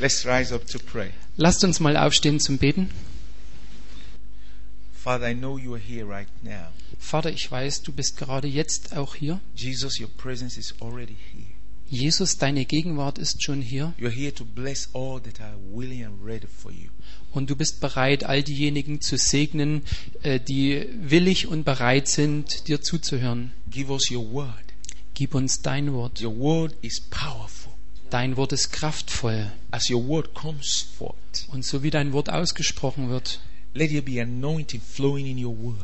Let's rise up to pray. Lasst uns mal aufstehen zum Beten. Father, I know you are here right now. Vater, ich weiß, du bist gerade jetzt auch hier. Jesus, your presence is already here. Jesus, deine Gegenwart ist schon hier You're here to bless all that are willing and ready for you. und du bist bereit, all diejenigen zu segnen, äh, die willig und bereit sind, dir zuzuhören. Give us your word. Gib uns dein Wort. Your word is powerful. Dein Wort ist kraftvoll. As your word comes forth, Und so wie dein Wort ausgesprochen wird, let there be anointing flowing in your word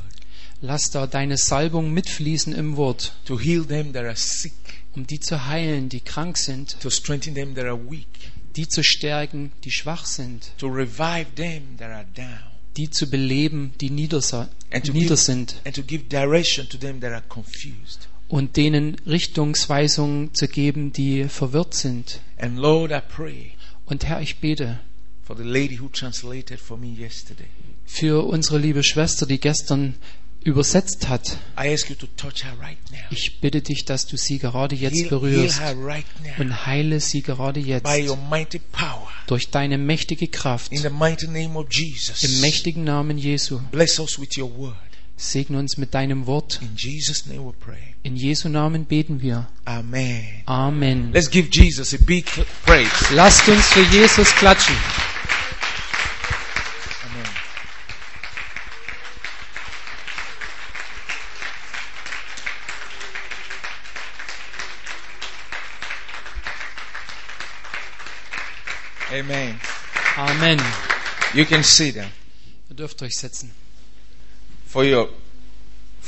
lass da deine Salbung mitfließen im Wort, to heal them that are sick, um die zu heilen, die krank sind, to strengthen them that are weak, die zu stärken, die schwach sind, to revive them that are down, die zu beleben, die nieder, and to, nieder give, sind. and to give direction to them that are confused. und denen Richtungsweisungen zu geben, die verwirrt sind. And Lord, I pray Und Herr, ich bete for the lady who translated for me yesterday. für unsere liebe Schwester, die gestern übersetzt hat. I ask you to touch her right now. Ich bitte dich, dass du sie gerade jetzt Heal, heal berührst her right now und heile sie gerade by your jetzt mighty power. durch deine mächtige Kraft. In the mighty name of Im Jesus. mächtigen Namen Jesu. Bless us with your word. Segne uns mit deinem Wort. In Jesus' name we pray. In Jesu Namen beten wir. Amen. Amen. Let's give Jesus a big praise. Lasst uns für Jesus klatschen. Amen. Amen. Amen. You can see them. Ihr dürft euch setzen. For your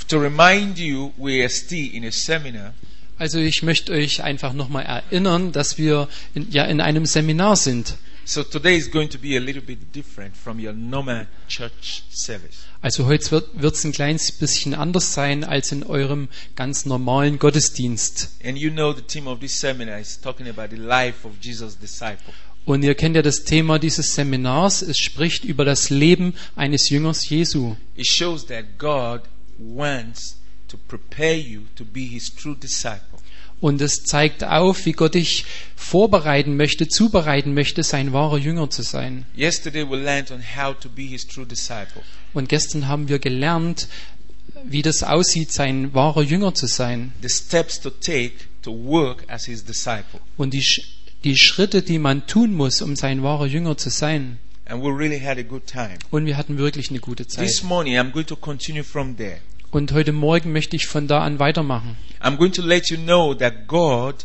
to remind you we are still in a seminar Also ich möchte euch einfach nochmal erinnern, dass wir in, ja in einem Seminar sind. So today is going to be a little bit different from your normal church service. Also heute wird wird's ein kleines bisschen anders sein als in eurem ganz normalen Gottesdienst. And you know the theme of this seminar is talking about the life of Jesus' disciple. Und ihr kennt ja das Thema dieses Seminars. Es spricht über das Leben eines Jüngers Jesu. It shows that God wants to prepare you to be his true disciple. Und es zeigt auf, wie Gott dich vorbereiten möchte, zubereiten möchte, sein wahrer Jünger zu sein. Yesterday we learned on how to be his true disciple. Und gestern haben wir gelernt, wie das aussieht, sein wahrer Jünger zu sein. The steps to take to work as his disciple. und die, Sch- die Schritte, die man tun muss, um sein wahrer Jünger zu sein. And we really had a good time. Und wir hatten wirklich eine gute This Zeit. morning I'm going to continue from there. Und heute Morgen möchte ich von da an weitermachen. I'm going to let you know that God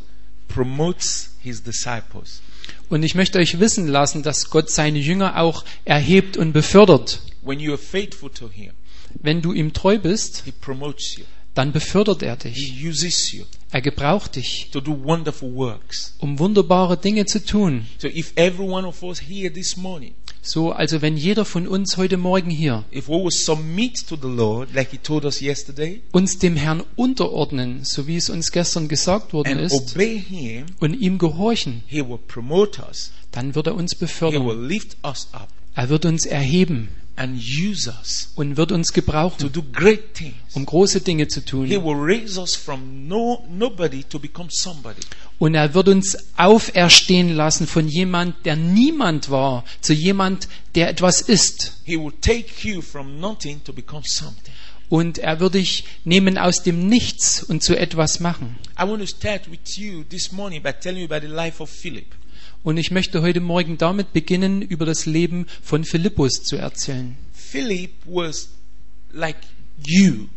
promotes his disciples. Und ich möchte euch wissen lassen, dass Gott seine Jünger auch erhebt und befördert. When you are faithful to him, Wenn du ihm treu bist, He promotes you. dann befördert er He dich. uses you Er gebraucht dich, to do wonderful works. um wunderbare Dinge zu tun. So if every one of us here this morning, So, also wenn jeder von uns heute Morgen hier if we will submit to the Lord, like He told us yesterday, uns dem Herrn unterordnen, so wie es uns gestern gesagt worden and ist, obey Him, und ihm gehorchen, He will promote us. dann wird er uns He befördern. will lift us up Er wird uns erheben and use us und wird uns to gebrauchen, do great things. um große Dinge zu He tun. will raise us from no nobody to become somebody. Und er wird uns auferstehen lassen von jemand, der niemand war, zu jemand, der etwas ist. He will take you from nothing to become something. Und er wird dich nehmen aus dem Nichts und zu etwas machen. I want to start with you this morning by telling you about the life of Philip. Und ich möchte heute Morgen damit beginnen, über das Leben von Philippus zu erzählen. Philip was like you,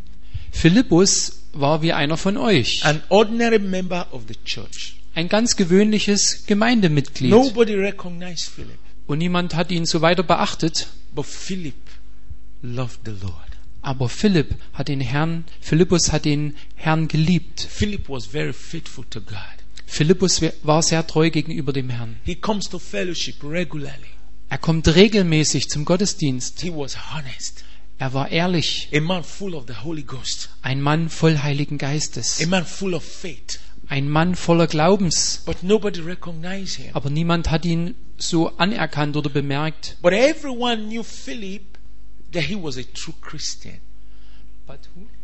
Philippus war wie einer von euch, an ordinary member of the church. ein ganz gewöhnliches Gemeindemitglied. Nobody recognized Philip, Und niemand hat ihn so weiter beachtet, but Philip loved the Lord. Aber Philipp hat den Herrn, Philippus hat den Herrn geliebt. Philip was very faithful to God. Philippus war sehr treu gegenüber dem Herrn. He comes to fellowship regularly. Er kommt regelmäßig zum Gottesdienst. He was honest, Er war ehrlich, a man full of the Holy Ghost, ein Mann voll Heiligen a Geistes, man full of faith. ein Mann voller Glaubens. But nobody recognized him. Aber niemand hat ihn so anerkannt oder bemerkt. But everyone knew Philip that he was a true Christian.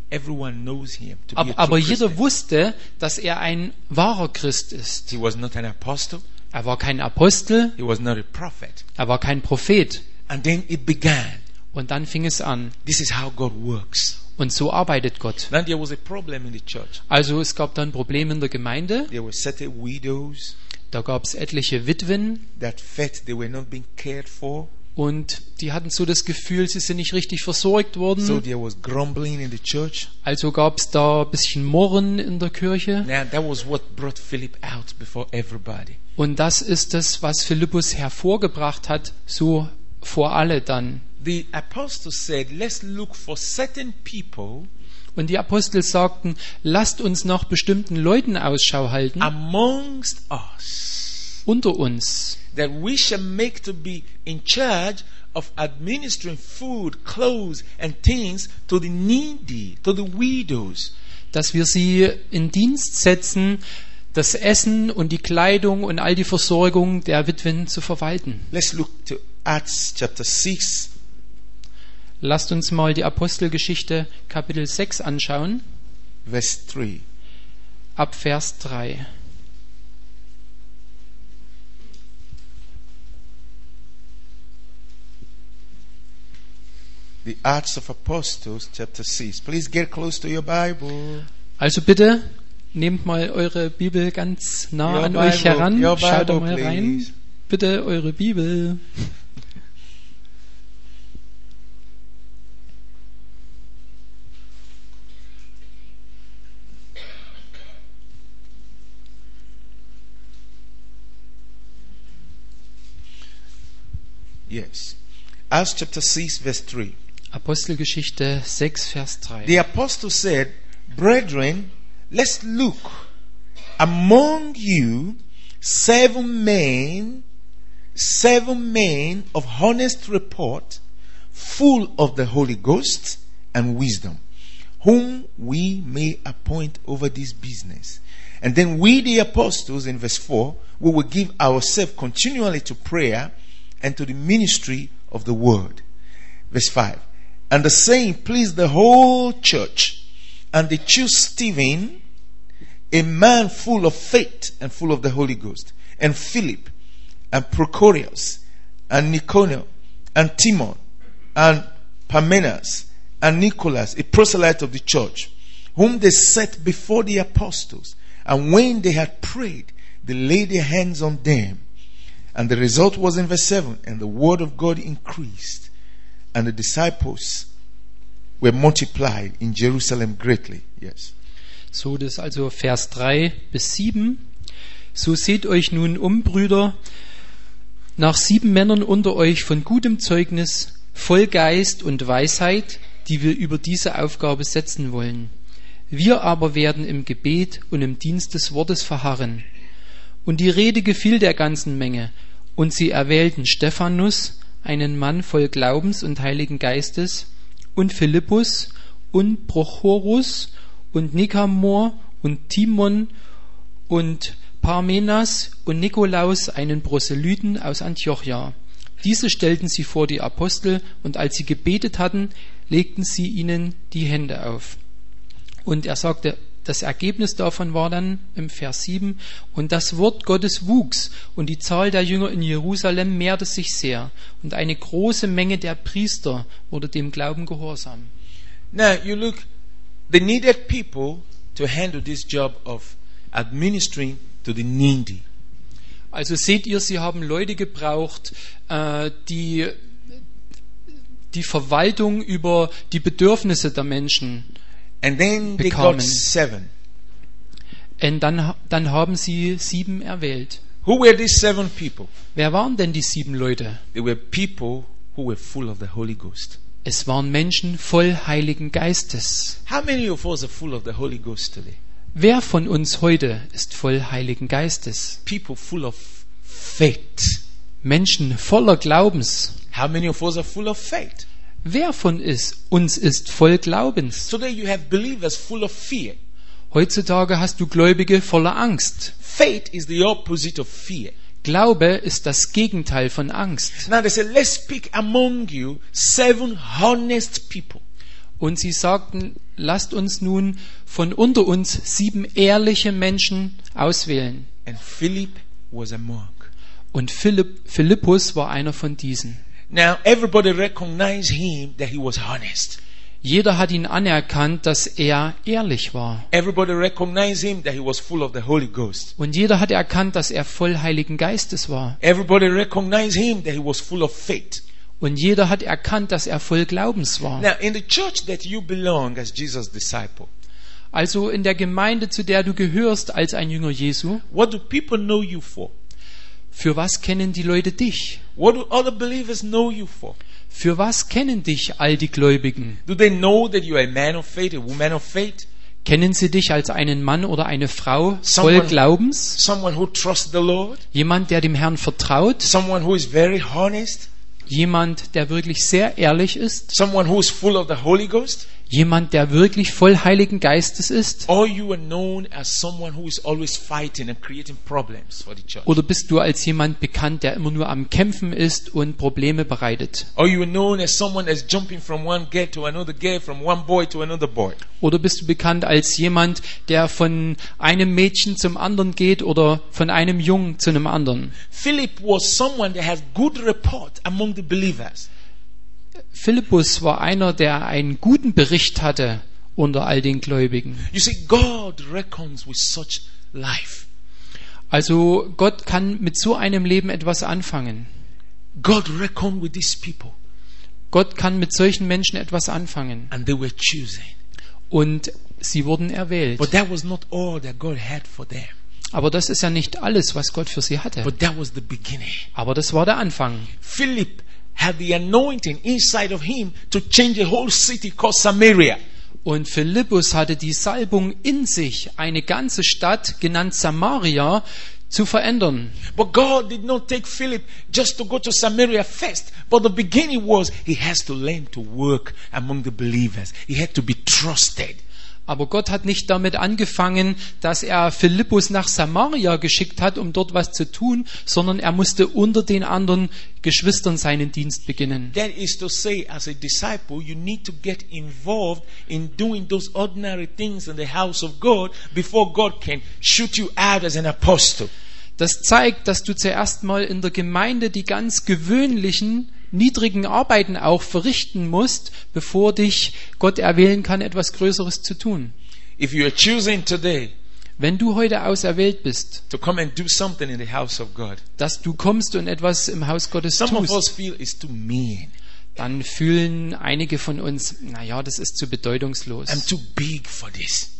Everyone knows him to be a Aber, aber true Christian. jeder wusste, dass er ein wahrer Christ ist. He was not an apostle. Er war kein Apostel, He was not a prophet. er war kein Prophet. And then it began. Und dann fing es an. This is how God works. Und so arbeitet Gott. Then there was a problem in the church. Also es gab dann Probleme in der Gemeinde. There were certain widows Da gab es etliche Witwen that felt they were not being cared for. und die hatten so das Gefühl, sie sind nicht richtig versorgt So worden. there was grumbling in the church. Also gab es da ein bisschen Murren in der Kirche. Now that was what brought Philip out before everybody. Und das ist das, was Philippus hervorgebracht hat, so vor alle dann. The apostles said, let's look for certain people Und die Apostel sagten, lasst uns nach bestimmten Leuten Ausschau halten amongst us unter uns, that we shall make to be in charge of administering food, clothes, and things to the needy, to the widows. dass wir sie in Dienst setzen, das Essen und die Kleidung und all die Versorgung der Witwen zu verwalten. Let's look to Acts chapter 6, Lasst uns mal die Apostelgeschichte Kapitel 6 anschauen, verse 3. ab Vers 3. The Acts of Apostles, chapter 6. Please get close to your Bible. Also bitte nehmt mal eure Bibel ganz nah Your an Bible, euch heran, your schaut da Bible, mal rein. please. Bitte eure Bibel. Yes. Acts chapter 6, verse 3. Apostelgeschichte 6, Vers 3. The apostle said, Brethren, let's look among you seven men, seven men of honest report, full of the Holy Ghost and wisdom, whom we may appoint over this business. And then we, the apostles, in verse 4, we will give ourselves continually to prayer and to the ministry of the word. Verse 5. And the saying pleased the whole church. And they chose Stephen, a man full of faith and full of the Holy Ghost, and Philip, and Prochorus, and Nicanor, and Timon, and Parmenas, and Nicholas, a proselyte of the church, whom they set before the apostles. And when they had prayed, they laid their hands on them. And the result was in verse 7 and the word of God increased, and the disciples were multiplied in Jerusalem greatly. Yes. So, das ist also Vers 3 bis 7. So seht euch nun um, Brüder, nach sieben Männern unter euch von gutem Zeugnis, voll Geist und Weisheit, die wir über diese Aufgabe setzen wollen. Wir aber werden im Gebet und im Dienst des Wortes verharren. Und die Rede gefiel der ganzen Menge, und sie erwählten Stephanus, einen Mann voll Glaubens und Heiligen Geistes, und Philippus und Prochorus und Nikamor und Timon und Parmenas und Nikolaus, einen Proselyten aus Antiochia. Diese stellten sie vor die Apostel, und als sie gebetet hatten, legten sie ihnen die Hände auf. Und er sagte, das Ergebnis davon war dann im Vers 7, und das Wort Gottes wuchs, und die Zahl der Jünger in Jerusalem mehrte sich sehr, und eine große Menge der Priester wurde dem Glauben gehorsam. Now, you look, they needed people to handle this job of administering to the needy. Also seht ihr, sie haben Leute gebraucht, äh, die die Verwaltung über die Bedürfnisse der Menschen. And then they Bekamen. got seven. Und dann, ha- dann haben sie sieben erwählt. Who were these seven people? Wer waren denn die sieben Leute? They were people who were full of the Holy Ghost. Es waren Menschen voll Heiligen Geistes. How many of us are full of the Holy Ghost today? Wer von uns heute ist voll Heiligen Geistes? People full of faith. Menschen voller Glaubens. How many of us are full of faith? Wer von is, uns ist voll Glaubens? Today you have believers full of fear. Heutzutage hast du Gläubige voller Angst. Faith is the opposite of fear. Glaube ist das Gegenteil von Angst. Now they say, let's speak among you seven honest people. Und sie sagten, lasst uns nun von unter uns sieben ehrliche Menschen auswählen. And Philip was among. Und Philipp, Philippus war einer von diesen. Now, everybody recognized him that he was honest. Jeder hat ihn anerkannt, dass er ehrlich war. Everybody recognized him that he was full of the Holy Ghost. Und jeder hat erkannt, dass er voll Heiligen Geistes war. Everybody recognized him that he was full of faith. Und jeder hat erkannt, dass er voll Glaubens war. Now, in the church that you belong as Jesus' disciple, Also in der Gemeinde, zu der du gehörst als ein Jünger Jesu, what do people know you for? für was kennen die Leute dich? What do other believers know you for? Für was kennen dich all die Gläubigen? Do they know that you are a man of faith, a woman of faith, Kennen sie dich als einen Mann oder eine Frau voll Someone- Glaubens? someone who trusts the Lord, Jemand, der dem Herrn vertraut? someone who is very honest, Jemand, der wirklich sehr ehrlich ist? someone who is full of the Holy Ghost? Jemand, der wirklich voll Heiligen Geistes ist? Or you are known as someone who is always fighting and creating problems for the church? Oder bist du als jemand bekannt, der immer nur am Kämpfen ist und Probleme bereitet? Or you are known as someone that's jumping from one girl to another girl, from one boy to another boy? Oder bist du bekannt als jemand, der von einem Mädchen zum anderen geht oder von einem Jungen zu einem anderen? Philip was someone that had good report among the believers. Philippus war einer, der einen guten Bericht hatte unter all den Gläubigen. You see, God reckons with such life. Also Gott kann mit so einem Leben etwas anfangen. God reckoned with these people, Gott kann mit solchen Menschen etwas anfangen. and they were choosing. Und sie wurden erwählt. But that was not all that God had for them. Aber das ist ja nicht alles, was Gott für sie hatte. But that was the beginning. Aber das war der Anfang. Philip had the anointing inside of him to change a whole city called Samaria. Und Philippus hatte die Salbung in sich, eine ganze Stadt, genannt Samaria, zu verändern. But God did not take Philip just to go to Samaria first. But the beginning was he has to learn to work among the believers. He had to be trusted. Aber Gott hat nicht damit angefangen, dass er Philippus nach Samaria geschickt hat, um dort was zu tun, sondern er musste unter den anderen Geschwistern seinen Dienst beginnen. That is to say, as a disciple, you need to get involved in doing those ordinary things in the house of God before God can shoot you out as an apostle. Das zeigt, dass du zuerst mal in der Gemeinde die ganz gewöhnlichen, niedrigen Arbeiten auch verrichten musst, bevor dich Gott erwählen kann, etwas Größeres zu tun. If you are choosing today Wenn du heute auserwählt bist, to come and do something in the house of God, dass du kommst und etwas im Haus Gottes some of us tust, feel it's too mean. dann fühlen einige von uns, naja, das ist zu I'm bedeutungslos. too big for this.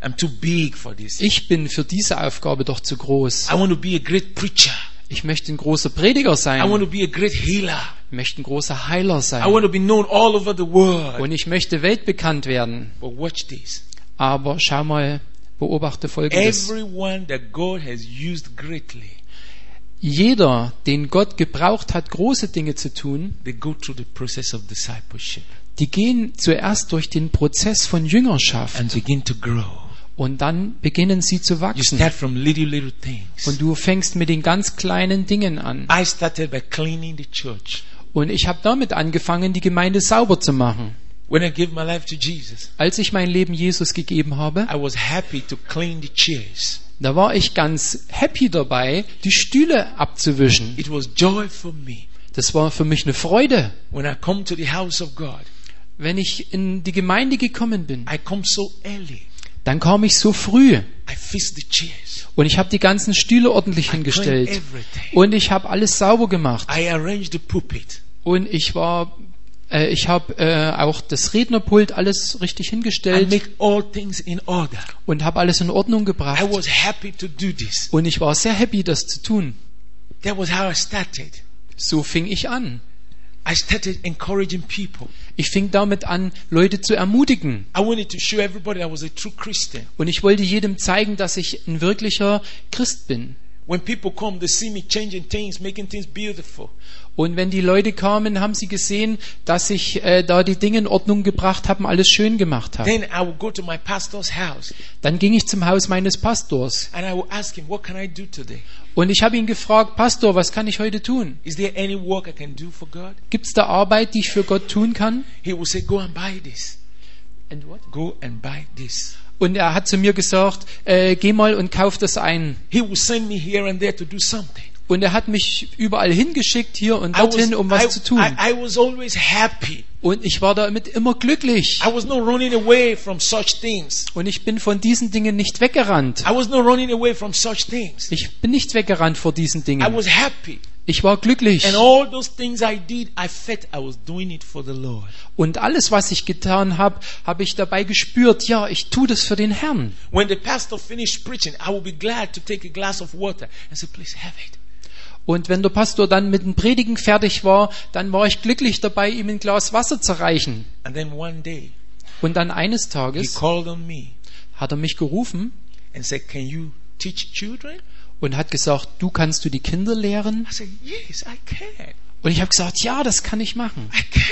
I'm too big for this. Ich bin für diese Aufgabe doch zu groß. I want to be a great preacher. Ich möchte ein großer Prediger I want sein, to be a great healer. ich möchte ein großer Heiler I sein want to be known all over the world. und ich möchte weltbekannt werden. But watch this. Aber schau mal, beobachte Folgendes. Everyone that God has used greatly, Jeder, den Gott gebraucht hat, große Dinge zu tun, they go through the process of discipleship die gehen zuerst durch den Prozess von Jüngerschaft and begin to grow. und dann beginnen sie zu You wachsen. start from little, little things. Und du fängst mit den ganz kleinen Dingen an. I started by cleaning the church. Und ich habe damit angefangen, die Gemeinde sauber zu machen. When I gave my life to Jesus, Als ich mein Leben Jesus gegeben habe, I was happy to clean the chairs. da war ich ganz happy dabei, die Stühle abzuwischen. It was joy for me. Das war für mich eine Freude, When I come to the house of God, wenn ich in die Gemeinde gekommen bin. I come so early. Dann kam ich so früh I fix the chairs. und ich habe die ganzen Stühle ordentlich Clean hingestellt everything. und ich habe alles sauber gemacht I arrange the pulpit. und ich war, äh, ich habe äh, auch das Rednerpult alles richtig I hingestellt make all things in order. und habe alles in Ordnung I gebracht was happy to do this. und ich war sehr happy, das zu tun. That was how I started. So fing ich an. I started encouraging people. Ich fing damit an, Leute zu ermutigen. I wanted to show everybody I was a true Christian. Und ich wollte jedem zeigen, dass ich ein wirklicher Christ bin. When people come, they see me changing things, making things beautiful. Und wenn die Leute kamen, haben sie gesehen, dass ich äh, da die Dinge in Ordnung gebracht habe, und alles schön gemacht habe. Then I would go to my pastor's house Dann ging ich zum Haus meines Pastors and I would ask him, What can I do today? und ich habe ihn gefragt, Pastor, was kann ich heute tun? Is there any work I can do for God? Gibt es da Arbeit, die ich für Gott tun kann? He would say, Go and buy this. Go and buy this. Und er hat zu mir gesagt, äh, geh mal und kauf das ein. He would send me here and there to do something. Und er hat mich überall hingeschickt, hier und I was, dorthin, um was I- zu tun. I- I was always happy. und ich war damit immer glücklich. I was not running away from such things. Und ich bin von diesen Dingen nicht weggerannt. I was not running away from such things. Ich bin nicht weggerannt vor diesen I Dingen. was happy. Ich war glücklich. And all those things I did, I felt I was doing it for the Lord. Und alles, was ich getan habe, habe ich dabei gespürt, ja, ich tue das für den Herrn. When the pastor finished preaching, I would be glad to take a glass of water and say, please have it. Und wenn der Pastor dann mit dem Predigen fertig war, dann war ich glücklich dabei, ihm ein Glas Wasser zu reichen. And then one day, Und dann eines he Tages called on me hat er mich gerufen and said, can you teach children? und hat gesagt, du kannst du die Kinder lehren? I said, yes, I can. Und ich habe gesagt, ja, das kann ich machen. I can.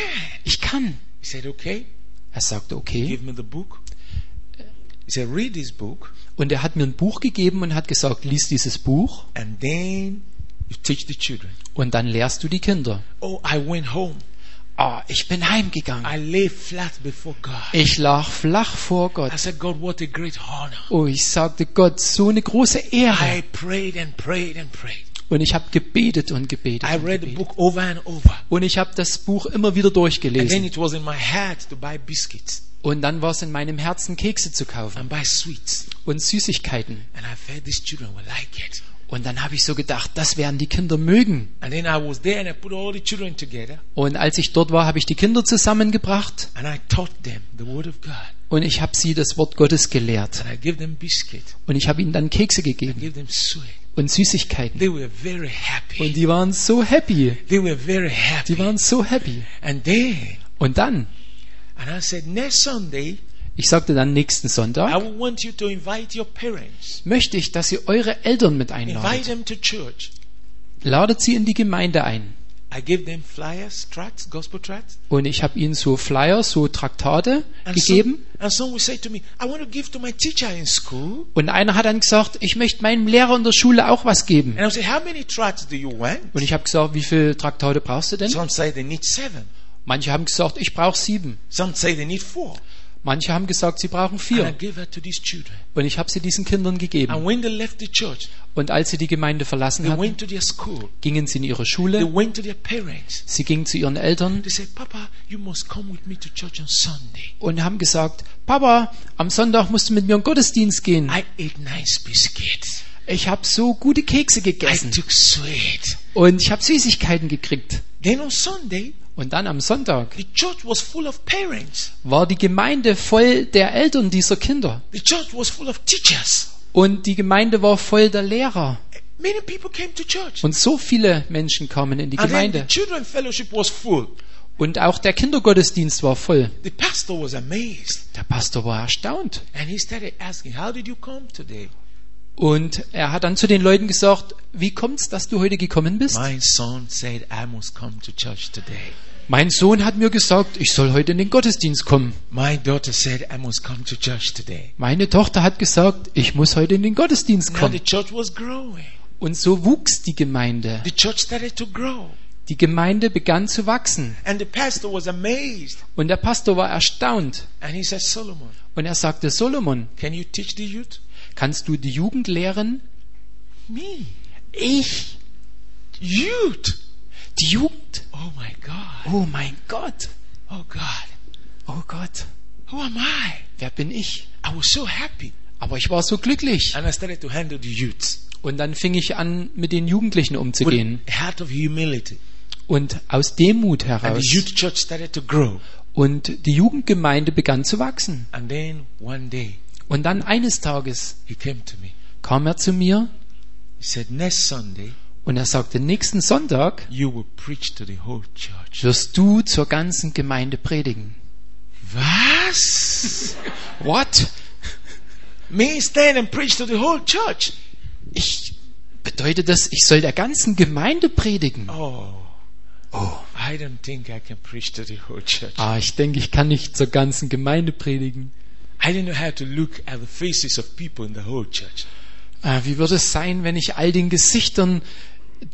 Ich kann. He said, okay. Er sagte, He okay. gave me the book. He said, read this book Und er hat mir ein Buch gegeben und hat gesagt, lies dieses Buch and then you teach the children. und dann lehrst du die Kinder. Oh, I went home. Ah, ich bin heimgegangen. I lay flat before God. Ich lag flach vor I Gott. said, God, what a great honor. Oh, ich sagte Gott, so eine große Ehre. I prayed and prayed and prayed. Und ich habe gebetet und gebetet. I Und, read the gebetet. book over and over. und ich habe das Buch immer wieder And then durchgelesen. it was in my heart to buy biscuits Und dann war es in meinem Herzen, Kekse zu kaufen and buy sweets. und Süßigkeiten. And I felt these children would like it. Und dann habe ich so gedacht, das werden die Kinder mögen. And then I was there and I put all the children together Und als ich dort war, habe ich die Kinder zusammengebracht and I taught them the word of God. und ich habe sie das Wort Gottes gelehrt. And I gave them biscuit, Und ich habe ihnen dann Kekse I gegeben gave them sweet. und Süßigkeiten. They were very Und happy. die waren so happy. They were very Die happy. waren so happy. And then, Und dann, and I said, next Sunday, ich sagte dann nächsten I Sonntag, will want you to invite your parents. möchte ich, dass ihr eure Eltern mit Invite einladet. them to church. Ladet sie in die Gemeinde ein. I gave them flyers, tracts, gospel tracts. Und ich habe ihnen so Flyer, so Traktate And gegeben. some, and some will say to me, I want to give to my teacher in school. Und einer hat dann gesagt, ich möchte meinem Lehrer in der Schule auch was geben. And I'll say, How many tracts do you want? Und ich habe gesagt, wie viele Traktate brauchst du denn? Some say they need seven. Manche haben gesagt, ich brauche sieben. Some say they need four. Manche haben gesagt, sie brauchen And I vier. gave her to these children. Und ich habe sie diesen Kindern gegeben. And when they left the church, Und als sie die Gemeinde verlassen they hatten, went to their school. gingen sie in ihre They Schule. went to their parents. Sie gingen zu ihren Eltern They said, Papa, you must come with me to church on Sunday. und haben gesagt, Papa, am Sonntag musst du mit mir in den Gottesdienst gehen. I ate nice biscuits. Ich habe so gute Kekse I gegessen took sweet. und ich habe Süßigkeiten gekriegt. Then on Sunday, Und dann am Sonntag the church was full of parents. war die Gemeinde voll der Eltern dieser Kinder. The church was full of teachers. Und die Gemeinde war voll der Lehrer. Many people came to church. Und so viele Menschen kamen in die And then the Gemeinde. children fellowship was full. Und auch der Kindergottesdienst war voll. The pastor was amazed. Der Pastor war erstaunt. And he started asking, How did you come today? Und er hat dann zu den Leuten gesagt, wie kommt's, dass du heute gekommen bist? My son said, I must come to church today. Mein Sohn hat mir gesagt, ich soll heute in den Gottesdienst kommen. My daughter said, I must come to church today. Meine Tochter hat gesagt, ich muss heute in den Gottesdienst Now the kommen. church was growing. Und so wuchs die Gemeinde. The church started to grow. Die Gemeinde begann zu wachsen. And the pastor was amazed. Und der Pastor war erstaunt. And he said, Solomon, Und er sagte, Solomon, can you teach the youth? kannst du die Jugend lehren? Me. Ich? Youth. Die Jugend? Oh my God. Oh mein Gott. Oh God. Oh Gott. Who am I? Wer bin ich? I was so happy. Aber ich war so glücklich. And I started to handle the youth Und dann fing ich an, mit den Jugendlichen with umzugehen. a heart of humility. Und aus Demut And the heraus. youth church started to grow. Und die Jugendgemeinde begann zu wachsen. And then one day Und dann eines Tages he came to me. kam er zu mir He said, Next Sunday, und er sagte, nächsten Sonntag you will preach to the whole church. wirst du zur ganzen Gemeinde predigen. Was? What? Me stand and preach to the whole church. Ich bedeutet das, ich soll der ganzen Gemeinde predigen? Oh, Oh. I don't think I can preach to the whole church. Ah, ich denke, ich kann nicht zur ganzen Gemeinde predigen. I didn't know how to look at the faces of people in the whole church. Ah, wie würde es sein, wenn ich all den Gesichtern,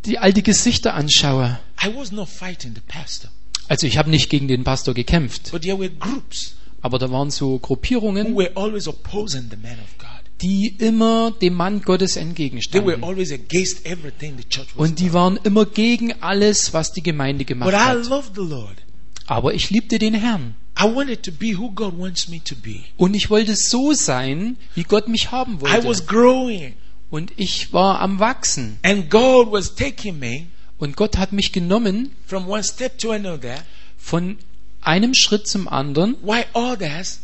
die, all die Gesichter anschaue? I was not fighting the pastor, Also ich habe nicht gegen den Pastor gekämpft, but there were groups aber da waren so who Gruppierungen, were always opposing the man of God. die immer dem Mann Gottes They were entgegenstanden. always against everything the church was. Und die waren immer gegen alles, was die Gemeinde But gemacht I hat. loved the Lord. Aber ich liebte den Herrn. I wanted to be who God wants me to be. Und ich wollte so sein, wie Gott mich haben I was wollte. growing, Und ich war am Wachsen. and God was taking me Und Gott hat mich genommen from one step to another, von einem Schritt zum anderen. while others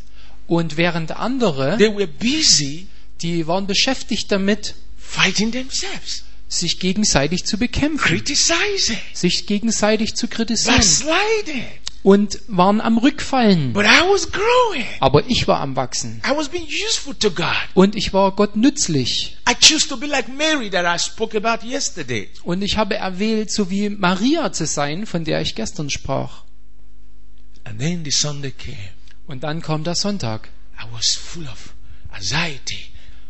Und während andere, they were busy die waren beschäftigt damit, fighting themselves, sich gegenseitig zu bekämpfen, criticizing, sich gegenseitig zu kritisieren backsliding. und waren am Rückfallen. But I was growing. Aber ich war am Wachsen. I was being useful to God. Und ich war Gott nützlich. I choose to be like Mary that I spoke about yesterday. Und ich habe erwählt, so wie Maria zu sein, von der ich gestern sprach. And then the Sunday came. Und dann kam der Sonntag. I was full of anxiety.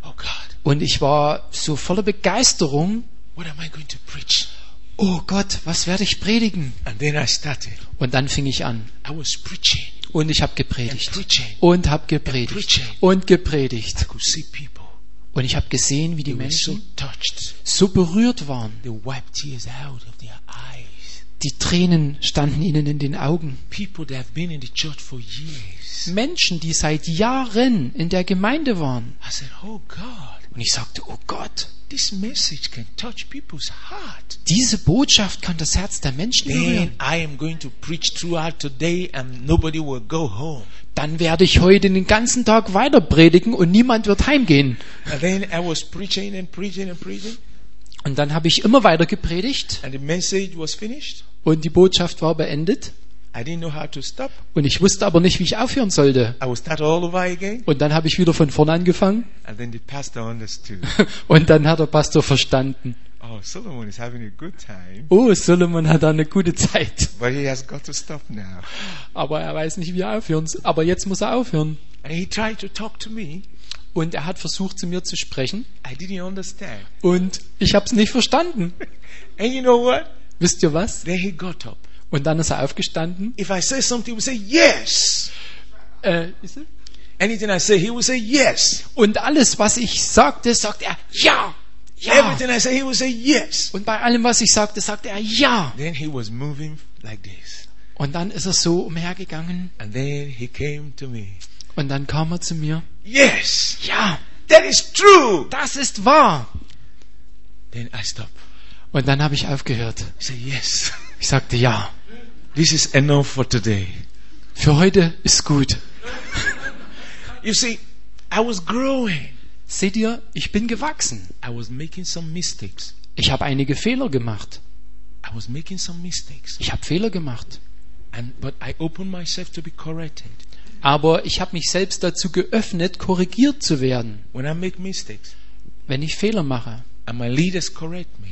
Oh God, Und ich war so voller Begeisterung. what am I going to preach? Oh Gott, was werde ich predigen? And then I started. Und dann fing ich an. I was preaching Und ich habe and gepredigt. preaching. Und habe gepredigt. Und I gepredigt. could see people. Und ich habe gesehen, wie die They were so Menschen touched. so berührt waren. They wiped tears out of their eyes. Die Tränen standen ihnen in den Augen. People that have been in the church for years. Menschen, die seit Jahren in der Gemeinde waren. I said, Oh God, Und ich sagte, oh Gott, this message can touch people's heart. diese Botschaft kann das Herz der Menschen Then berühren. I am going to preach throughout today and nobody will go home. Dann werde ich heute den ganzen Tag weiter predigen und niemand wird heimgehen. And then I was preaching and preaching and preaching Und dann habe ich immer weiter gepredigt and the message was finished. und die Botschaft war beendet. I didn't know how to stop. Und ich wusste aber nicht, wie ich aufhören sollte. I would start all over again. Und dann habe ich wieder von vorne angefangen And then the pastor understood. und dann hat der Pastor verstanden. oh, Solomon is having a good time. Oh, Solomon hat da eine gute Zeit. But he has got to stop now. Aber er weiß nicht, wie er aufhören soll. Aber jetzt muss er aufhören. And he tried to talk to me. Und er hat versucht, zu mir zu sprechen. I didn't understand. Und ich habe es nicht verstanden. And you know what? Wisst ihr was? Then he got up. Und dann ist er aufgestanden. If I say something, he will say yes. Äh, ist er? Anything I say, he will say yes. und alles, was ich sagte, sagt er ja. Ja. Everything I say, he will say yes. Und bei allem, was ich sagte, sagte er ja. Then he was moving like this. Und dann ist er so umhergegangen. And then he came to me. Und dann kam er zu mir. Yes, Ja, that is true. das ist wahr. Then I stopped. Und dann habe ich aufgehört. He said, Yes, Ich sagte ja. this is enough for today. Für heute ist gut. You see, I was growing. Seht ihr, ich bin gewachsen. I was making some mistakes. Ich habe einige Fehler gemacht. I was making some mistakes. Ich habe Fehler gemacht. And but I opened myself to be corrected. Aber ich habe mich selbst dazu geöffnet, korrigiert zu werden, When I make mistakes wenn ich Fehler mache. and my leaders correct me,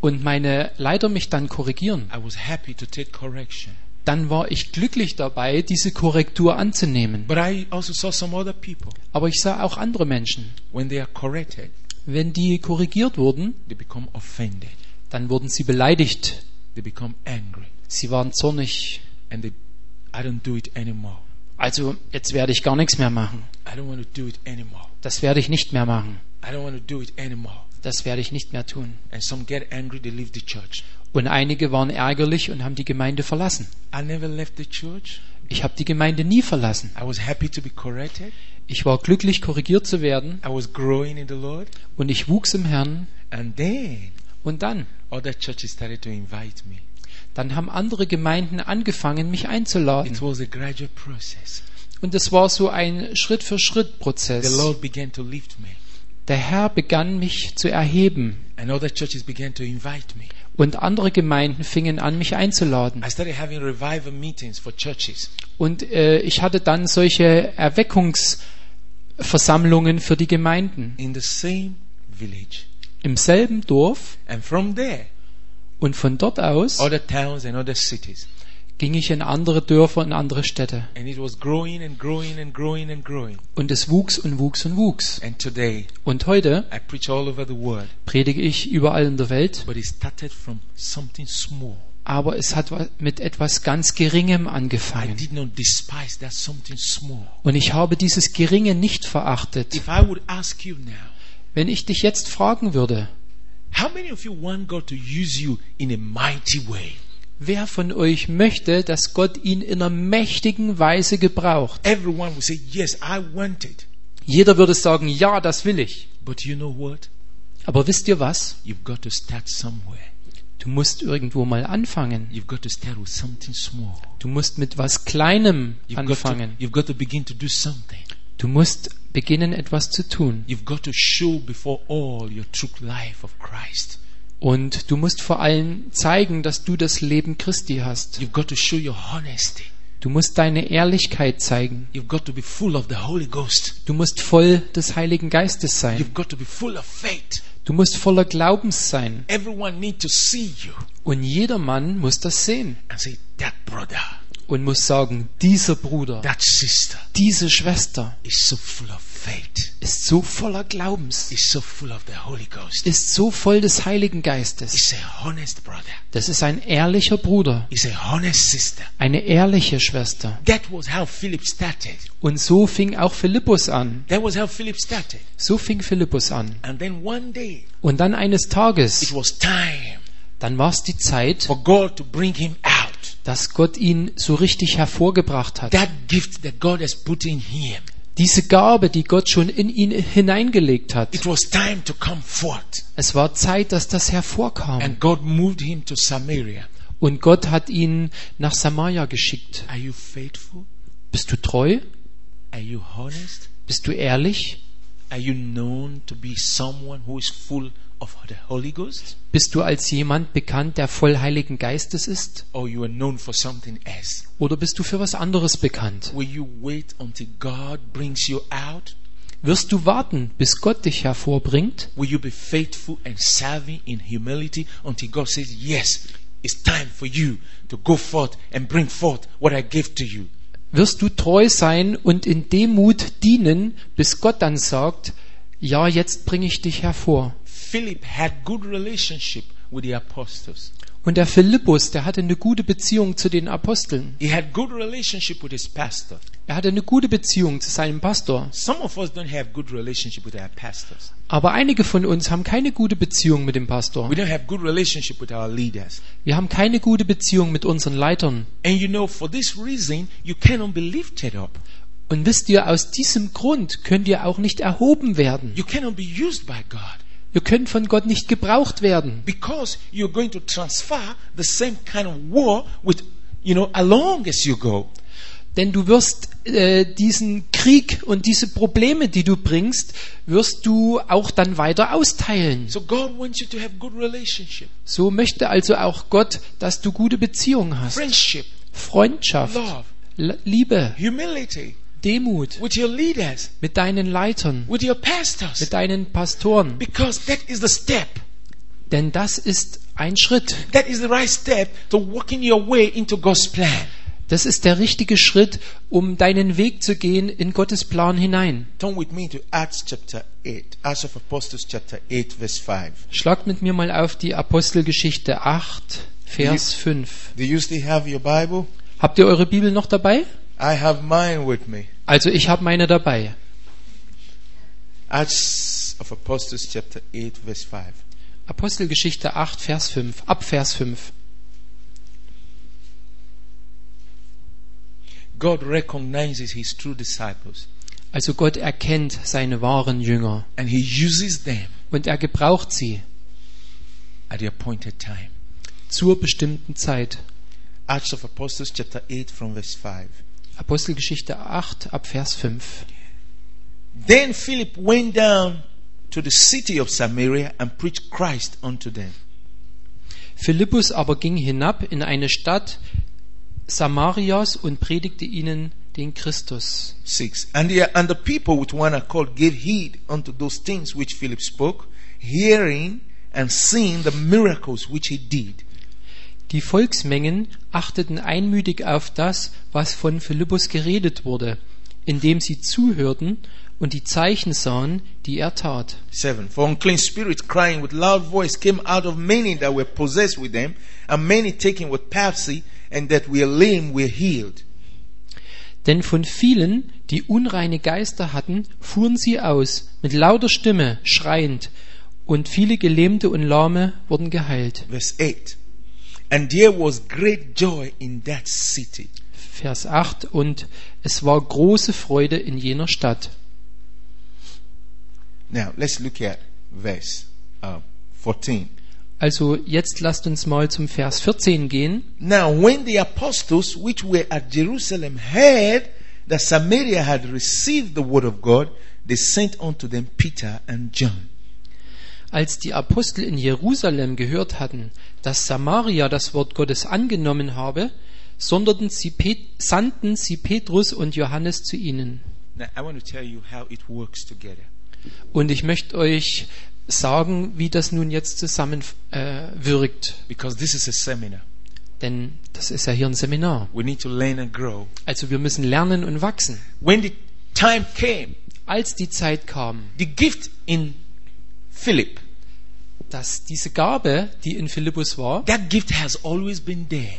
Und meine Leiter mich dann korrigieren. I was happy to take correction. Dann war ich glücklich dabei, diese Korrektur anzunehmen. But I also saw some other people Aber ich sah auch andere Menschen. when they are corrected, Wenn die korrigiert wurden, they become offended. dann wurden sie beleidigt. They become angry. Sie waren zornig. and they, I don't do it anymore. Also, jetzt werde ich gar nichts mehr machen. I don't want to do it anymore. Das werde ich nicht mehr machen. I don't want to do it anymore. Das werde ich nicht mehr tun. And some get angry, they leave the church. Und einige waren ärgerlich und haben die Gemeinde verlassen. I never left the church. Ich habe die Gemeinde nie verlassen. I was happy to be corrected. Ich war glücklich, korrigiert zu werden I was growing in the Lord. und ich wuchs im Herrn. And then Und dann, other churches started to invite me. dann haben andere Gemeinden angefangen, mich It einzuladen. was a gradual process. Und es war so ein The Schritt-für-Schritt-Prozess. Lord began to lift me. Der Herr begann, mich zu erheben. And other churches began to invite me. Und andere Gemeinden fingen an, mich einzuladen. I started having revival meetings for churches. Und äh, ich hatte dann solche Erweckungsversammlungen für die Gemeinden. in the same village. Im selben Dorf And from there, und von dort aus other towns and other cities. ging ich in andere Dörfer und andere Städte. And it was growing and growing and growing and growing. Und es wuchs und wuchs und wuchs. And today, Und heute I preach all over the world, predige ich überall in der Welt, but it started from something small. aber es hat wa- mit etwas ganz Geringem I angefangen. did not despise that something small. Und ich habe dieses Geringe nicht verachtet. If I would ask you now, Wenn ich dich jetzt fragen würde, how many of you want God to use you in a mighty way? wer von euch möchte, dass Gott ihn in einer mächtigen Weise gebraucht? Everyone will say, Yes, I want it. Jeder würde sagen, ja, das will ich. But you know what? Aber wisst ihr was? You've got to start somewhere. Du musst irgendwo mal anfangen. You've got to start with something small. Du musst mit was Kleinem You've got, to, anfangen. you've got to begin to do something. Du musst beginnen, etwas zu tun. You've got to show before all your true life of Christ. Und du musst vor allem zeigen, dass du das Leben Christi hast. You've got to show your honesty. Du musst deine Ehrlichkeit zeigen. You've got to be full of the Holy Ghost. Du musst voll des Heiligen Geistes sein. You've got to be full of faith. Du musst voller Glaubens sein. Everyone need to see you Und jedermann muss das sehen and say, that brother, und muss sagen, dieser Bruder, that sister diese Schwester is so full of faith. ist so voller Glaubens, Is so full of the Holy Ghost. ist so voll des Heiligen Geistes. Is a honest brother. Das ist ein ehrlicher Bruder, Is a honest sister. eine ehrliche Schwester. That was how Philip started. Und so fing auch Philippus an. That was how Philip started. So fing Philippus an. And then one day, Und dann eines it Tages, was time dann war es die Zeit, for God to bring him out. dass Gott ihn so richtig hervorgebracht hat. That gift that God has put in him. Diese Gabe, die Gott schon in ihn hineingelegt hat. It was time to come forth. Es war Zeit, dass das hervorkam. And God moved him to Samaria. Und Gott hat ihn nach Samaria geschickt. Are you faithful? Bist du treu? Are you honest? Bist du ehrlich? Are you known to be someone who is full of the Holy Ghost? Bist du als jemand bekannt, der voll Heiligen Geistes ist? Or you are known for something else? Oder bist du für was anderes bekannt? Will you wait until God brings you out? Wirst du warten, bis Gott dich hervorbringt? Will you be faithful and serving in humility until God says, Yes, it's time for you to go forth and bring forth what I gave to you? Wirst du treu sein und in Demut dienen, bis Gott dann sagt, ja, jetzt bringe ich dich hervor. Philip had good relationship with the apostles. Und der Philippus, der hatte eine gute Beziehung zu den Aposteln. He had good relationship with his pastor. Er hatte eine gute Beziehung zu seinem Pastor. Some of us don't have good relationship with our pastors. Aber einige von uns haben keine gute Beziehung mit dem Pastor. We don't have good relationship with our leaders. Wir haben keine gute Beziehung mit unseren Leitern. And you know, for this reason, you cannot be lifted up. Und wisst ihr, aus diesem Grund könnt ihr auch nicht erhoben werden. You cannot be used by God. Ihr könnt von Gott nicht gebraucht werden, because you're going to transfer the same kind of war with you know along as you go denn du wirst äh, diesen Krieg und diese Probleme, die du bringst, wirst du auch dann weiter austeilen. so god wants you to have good relationship So möchte also auch Gott, dass du gute Beziehungen hast. friendship Freundschaft, love L- Liebe, humility Demut with your leaders mit deinen Leitern, with your pastors mit deinen Pastoren. because that is the step Denn das ist ein Schritt. that is the right step to walking your way into god's plan Das ist der richtige Schritt, um deinen Weg zu gehen in Gottes Plan hinein. turn with me to acts chapter 8 acts of apostles chapter 8 verse 5 Schlagt mit mir mal auf die Apostelgeschichte 8, Vers 5. do you still have your bible Habt ihr eure Bibel noch dabei? i have mine with me Also ich habe meine dabei. acts of apostles chapter 8 verse 5 Apostelgeschichte 8, Vers 5. Ab Vers 5. God recognizes his true disciples Also Gott erkennt seine wahren Jünger and he uses them und er gebraucht sie at the appointed time. zur bestimmten Zeit. Acts of Apostles chapter 8 from verse 5. Apostelgeschichte 8, ab Vers 5. Then Philip went down to the city of Samaria and preached Christ unto them. Philippus aber ging hinab in eine Stadt Samarias und predigte ihnen den Christus. 6. And the, and the people with one accord gave heed unto those things which Philip spoke, hearing and seeing the miracles which he did. Die Volksmengen achteten einmütig auf das, was von Philippus geredet wurde, indem sie zuhörten und die Zeichen sahen, die er tat. 7. For unclean spirits crying with loud voice came out of many that were possessed with them, and many taken with palsy, and that were lame were healed. Denn von vielen, die unreine Geister hatten, fuhren sie aus, mit lauter Stimme, schreiend, und viele Gelähmte und Lahme wurden geheilt. Verse 8. And there was great joy in that city. Vers 8 und es war große Freude in jener Stadt. Now, let's look at verse uh, 14. Also jetzt lasst uns mal zum Vers 14 gehen. Now, when the apostles which were at Jerusalem heard that Samaria had received the word of God, they sent unto them Peter and John. Als die Apostel in Jerusalem gehört hatten, dass Samaria das Wort Gottes angenommen habe, sonderten sie Pet sandten sie Petrus und Johannes zu ihnen. Now, I want to tell you how it works together. Und ich möchte euch sagen, wie das nun jetzt zusammenwirkt. Äh, wirkt. Because this is a seminar. Denn das ist ja hier ein Seminar. We need to learn and grow. Also wir müssen lernen und wachsen. When the time came, Als die Zeit kam, the gift in Philip, dass diese Gabe, die in Philippus war, that gift has always been there.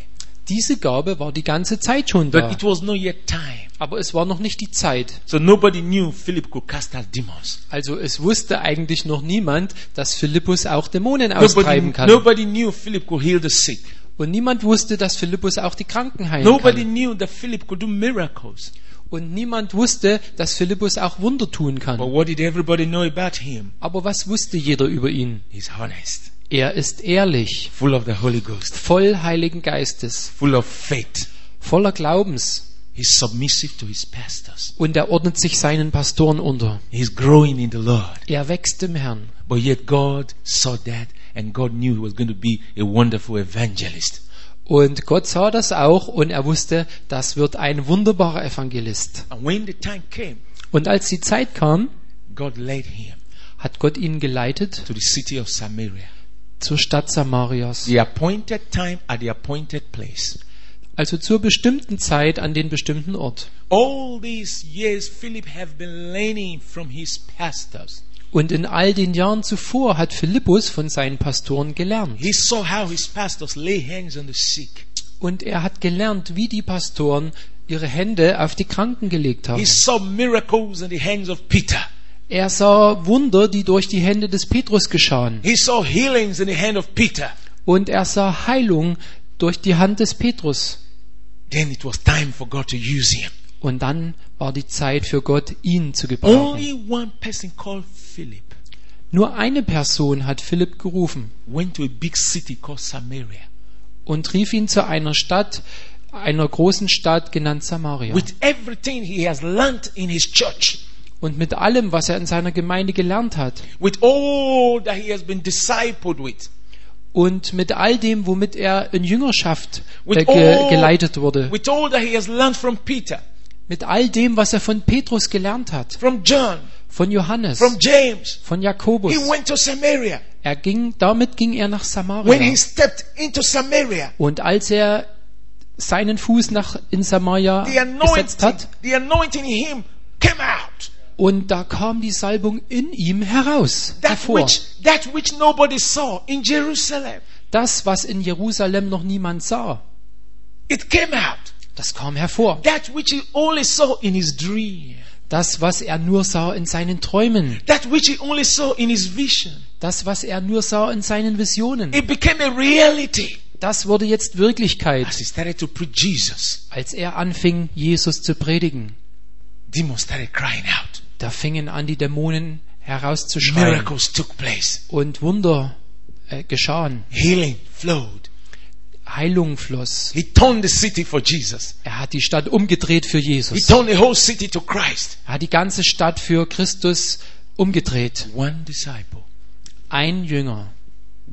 diese Gabe war die ganze Zeit schon But da. it was not yet time. Aber es war noch nicht die Zeit. So nobody knew Philip could cast out demons. Also es wusste eigentlich noch niemand, dass Philippus auch Dämonen Nobody, austreiben kann. nobody knew Philip could heal the sick. Und niemand wusste, dass Philippus auch die Kranken heilen Nobody kann. knew that Philip could do miracles. Und niemand wusste, dass Philippus auch Wunder tun But kann. what did everybody know about him? Aber was wusste jeder über ihn? He's honest, Er ist ehrlich, full of the Holy Ghost, voll Heiligen Geistes, full of faith. voller Glaubens. He's submissive to his pastors. Und er ordnet sich seinen Pastoren unter. He's growing in the Lord. Er wächst im Herrn. But yet God saw that and God knew he was going to be a wonderful evangelist. Und Gott sah das auch und er wusste, das wird ein wunderbarer Evangelist. And when the time came, Und als die Zeit kam, God led him hat Gott ihn geleitet to the city of Samaria. zur Stadt Samarias. The appointed time at the appointed place. Also zur bestimmten Zeit an den bestimmten Ort. All these years, Philip have been learning from his pastors. Und in all den Jahren zuvor hat Philippus von seinen Pastoren gelernt. He saw how his pastors lay hands on the sick. Und er hat gelernt, wie die Pastoren ihre Hände auf die Kranken gelegt He haben. saw miracles in the hands of Peter. Er sah Wunder, die durch die Hände des Petrus geschahen. He saw healings in the hand of Peter. Und er sah Heilung durch die Hand des Petrus. Then it was time for God to use him. Und dann war die Zeit für Gott, ihn zu gebrauchen. Only one person called Philip Nur eine Person hat Philipp gerufen went to a big city called Samaria und rief ihn zu einer Stadt, einer großen Stadt genannt Samaria. with everything he has learnt in his church, Und mit allem, was er in seiner Gemeinde gelernt hat with all that he has been discipled with, und mit all dem, womit er in Jüngerschaft äh, with ge all, geleitet wurde, with all that he has learned from Peter, mit all dem, was er von Petrus gelernt hat, from John, von Johannes, from James. von Jakobus. He went to Samaria. Er ging, damit ging er nach When he Samaria. stepped into Samaria, Und als er seinen Fuß nach in Samaria the gesetzt hat, anointing, the anointing in him came out. Und da kam die Salbung in ihm heraus, That hervor. which that which nobody saw in Jerusalem, Das, was in Jerusalem noch niemand sah, it came out. das kam hervor. That which he only saw in his dream, Das, was er nur sah in seinen Träumen, that which he only saw in his vision, das, was er nur sah in seinen Visionen, it became a reality. das wurde jetzt As Wirklichkeit, he started to preach Jesus, als er anfing, Jesus zu predigen. demons started crying out. Da fingen an, die Dämonen herauszuschreien Miracles took place. und Wunder äh, geschahen. Healing flowed. Heilung floss. He turned the city for Jesus. Er hat die Stadt umgedreht für He Jesus. turned the whole city to Christ. Er hat die ganze Stadt für Christus umgedreht. One disciple, Ein Jünger.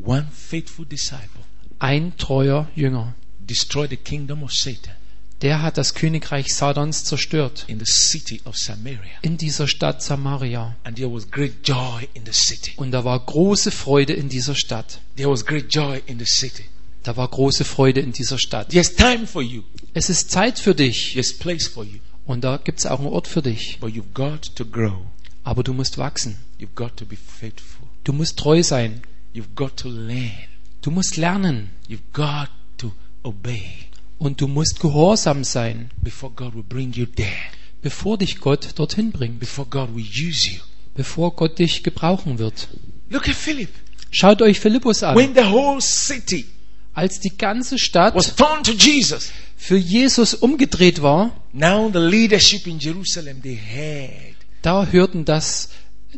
one faithful disciple, ein treuer Jünger. destroyed the kingdom of Satan Der hat das Königreich Satans zerstört in the city of Samaria. in dieser Stadt Samaria. And there was great joy in the city. Und da war große Freude in dieser Stadt. There was great joy in the city. Da war große Freude in dieser Stadt. There's time for you. Es ist Zeit für dich There's place for you. und da gibt's auch einen Ort für dich. But you've got to grow. Aber du musst wachsen. You've got to be faithful. Du musst treu sein. You've got to learn. Du musst lernen. You've got to obey Und du musst gehorsam sein, before God will bring you there, bevor dich Gott dorthin bringt, before God will use you. bevor Gott dich gebrauchen wird. Look at Philip. Schaut euch Philippus an. When the whole city Als die ganze was Stadt turned to Jesus, für Jesus umgedreht war, now the leadership in Jerusalem, they heard. da hörten das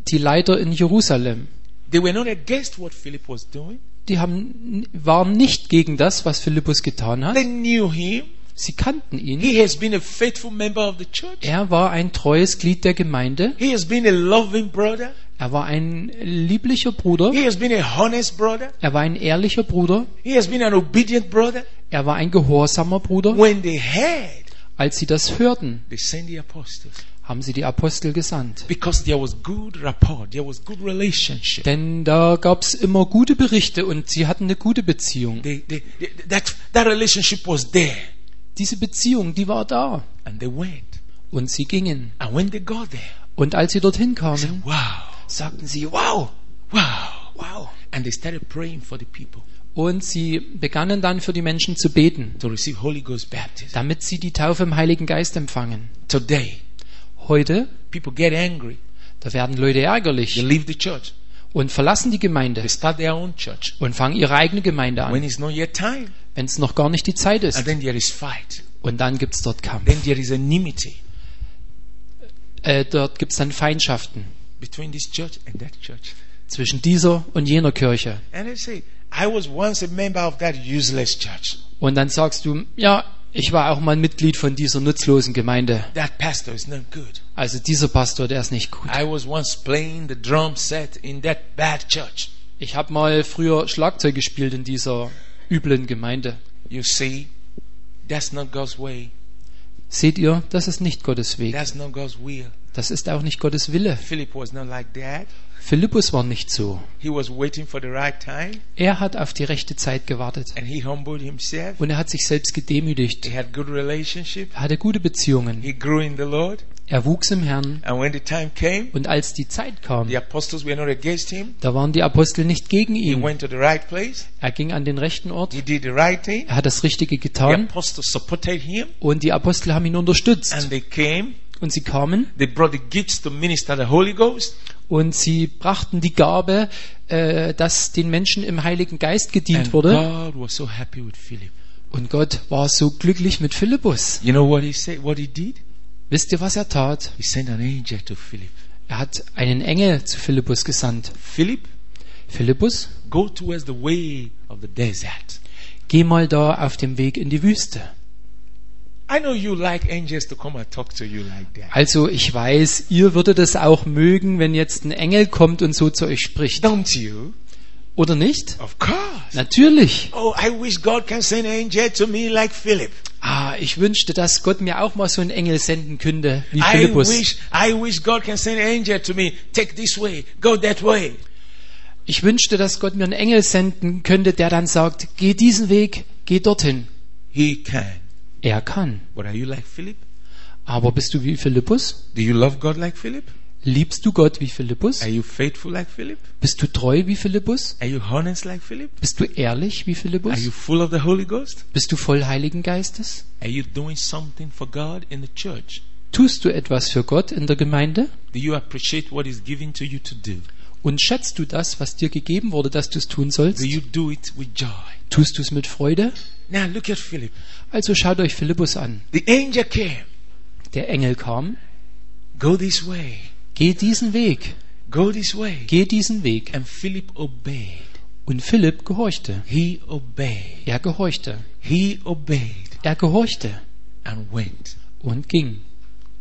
die Leiter in Jerusalem. They were not against what Philip was doing. Die haben, waren nicht gegen das, was Philippus getan hat. They knew him. Sie kannten ihn. He has been a faithful member of the church. Er war ein treues Glied der Gemeinde. He has been a loving brother. Er war ein lieblicher Bruder. He has been a honest brother. Er war ein ehrlicher Bruder. He has been an obedient brother. Er war ein gehorsamer Bruder. When they heard, Als sie das hörten, they sent the apostles. haben sie die Apostel gesandt. Because there was good rapport, there was good relationship. Denn da gab es immer gute Berichte und sie hatten eine gute Beziehung. They, they, they, that, that relationship was there. Diese Beziehung, die war da. And they went. Und sie gingen. And when they got there, Und als sie dorthin kamen, wow, sagten sie, wow, wow, wow. wow. And they started praying for the people Und sie begannen dann für die Menschen zu beten, to receive Holy Ghost baptism. damit sie die Taufe im Heiligen Geist empfangen. Today, Heute, people get angry. da werden Leute They ärgerlich leave the church. und verlassen die Gemeinde They start their own church. und fangen ihre eigene Gemeinde When an, it's not yet time. wenn es noch gar nicht die Zeit And ist. then there is fight. Und dann gibt es dort Kampf. Then there is enmity Äh, dort gibt es dann Feindschaften between this church and that church. zwischen dieser und jener Kirche. And they say, I was once a member of that useless church. Und dann sagst du, ja, ich war auch mal ein Mitglied von dieser nutzlosen Gemeinde. That pastor is not good. Also dieser Pastor, der ist nicht gut. I was once playing the drum set in that bad church. Ich habe mal früher Schlagzeug gespielt in dieser üblen Gemeinde. You see, that's not God's way. Seht ihr, das ist nicht Gottes Weg. That's not God's will. Das ist auch nicht Gottes Wille. Philip was not like that. Philippus war nicht so. He was waiting for the right time Er hat auf die rechte Zeit gewartet. and he humbled himself. Und er hat sich selbst He gedemütigt. had good relationship. Er hatte gute Beziehungen. He grew in the Lord. Er wuchs im Herrn. And when the time came, Und als die Zeit the kam, apostles were not against him. da waren die Apostel nicht gegen He ihn. went to the right place. Er ging an den rechten Ort. He did the right thing. Er hat das Richtige The getan. apostles supported him. Und die Apostel haben ihn And unterstützt. they came. Und sie kamen They brought the gifts to minister the Holy Ghost. und sie brachten die Gabe, äh, dass den Menschen im Heiligen Geist And gedient wurde. God was so happy with Philip. Und Gott war so glücklich mit Philippus. You know what he said? What he did? Wisst ihr, was er tat? He sent an angel to Philip. Er hat einen Engel zu Philippus gesandt. Philip, Philippus, go towards the way of the desert. geh mal da auf dem Weg in die Wüste. I know you like angels to come and talk to you like that. Also ich weiß, ihr würdet es auch mögen, wenn jetzt ein Engel kommt und so zu euch spricht. Don't you? Oder nicht? Of course. Natürlich. Oh, I wish God can send an angel to me like Philip. Ah, ich wünschte, dass Gott mir auch mal so einen Engel senden könnte, wie I Philippus. wish, I wish God can send an angel to me. Take this way, go that way. Ich wünschte, dass Gott mir einen Engel senden könnte, der dann sagt, geh diesen Weg, geh dorthin. He can. Er kann. But are you like Philip? Aber bist du wie Philippus? Do you love God like Philip? Liebst du Gott wie Philippus? Are you faithful like Philip? Bist du treu wie Philippus? Are you honest like Philip? Bist du ehrlich wie Are you Philippus? full of the Holy Ghost? Bist du voll Heiligen Geistes? Are you doing something for God in the church? Tust du etwas für Gott in der Gemeinde? Do you appreciate what is given to you to do? Und schätzt du das, was dir gegeben wurde, dass du es tun sollst? Do you do it with joy? Tust du es mit Freude? Now look at Philip. Also schaut euch Philippus an. The angel came. Der Engel kam. Go this way. Geh diesen Weg. Go this way. Geh diesen Weg. And Philip obeyed. Und Philipp gehorchte. He obeyed. Er gehorchte. He obeyed Er gehorchte and went. und ging.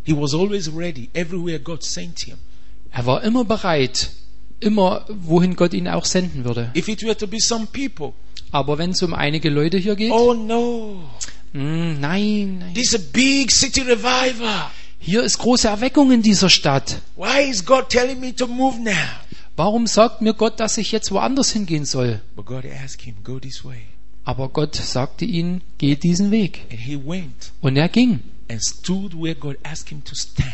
He was always ready everywhere God sent him. Er war immer bereit, immer wohin Gott ihn auch senden würde. If it were to be some people, Aber wenn es um einige Leute hier geht, oh no, mm, nein, nein. this is a big city revival. Hier ist große Erweckung in dieser Stadt. Why is God telling me to move now? Warum sagt mir Gott, dass ich jetzt woanders hingehen soll? But God asked him, Go this way. Aber Gott sagte ihnen, geh diesen Weg. And he went Und er ging. and stood where God asked him to stand.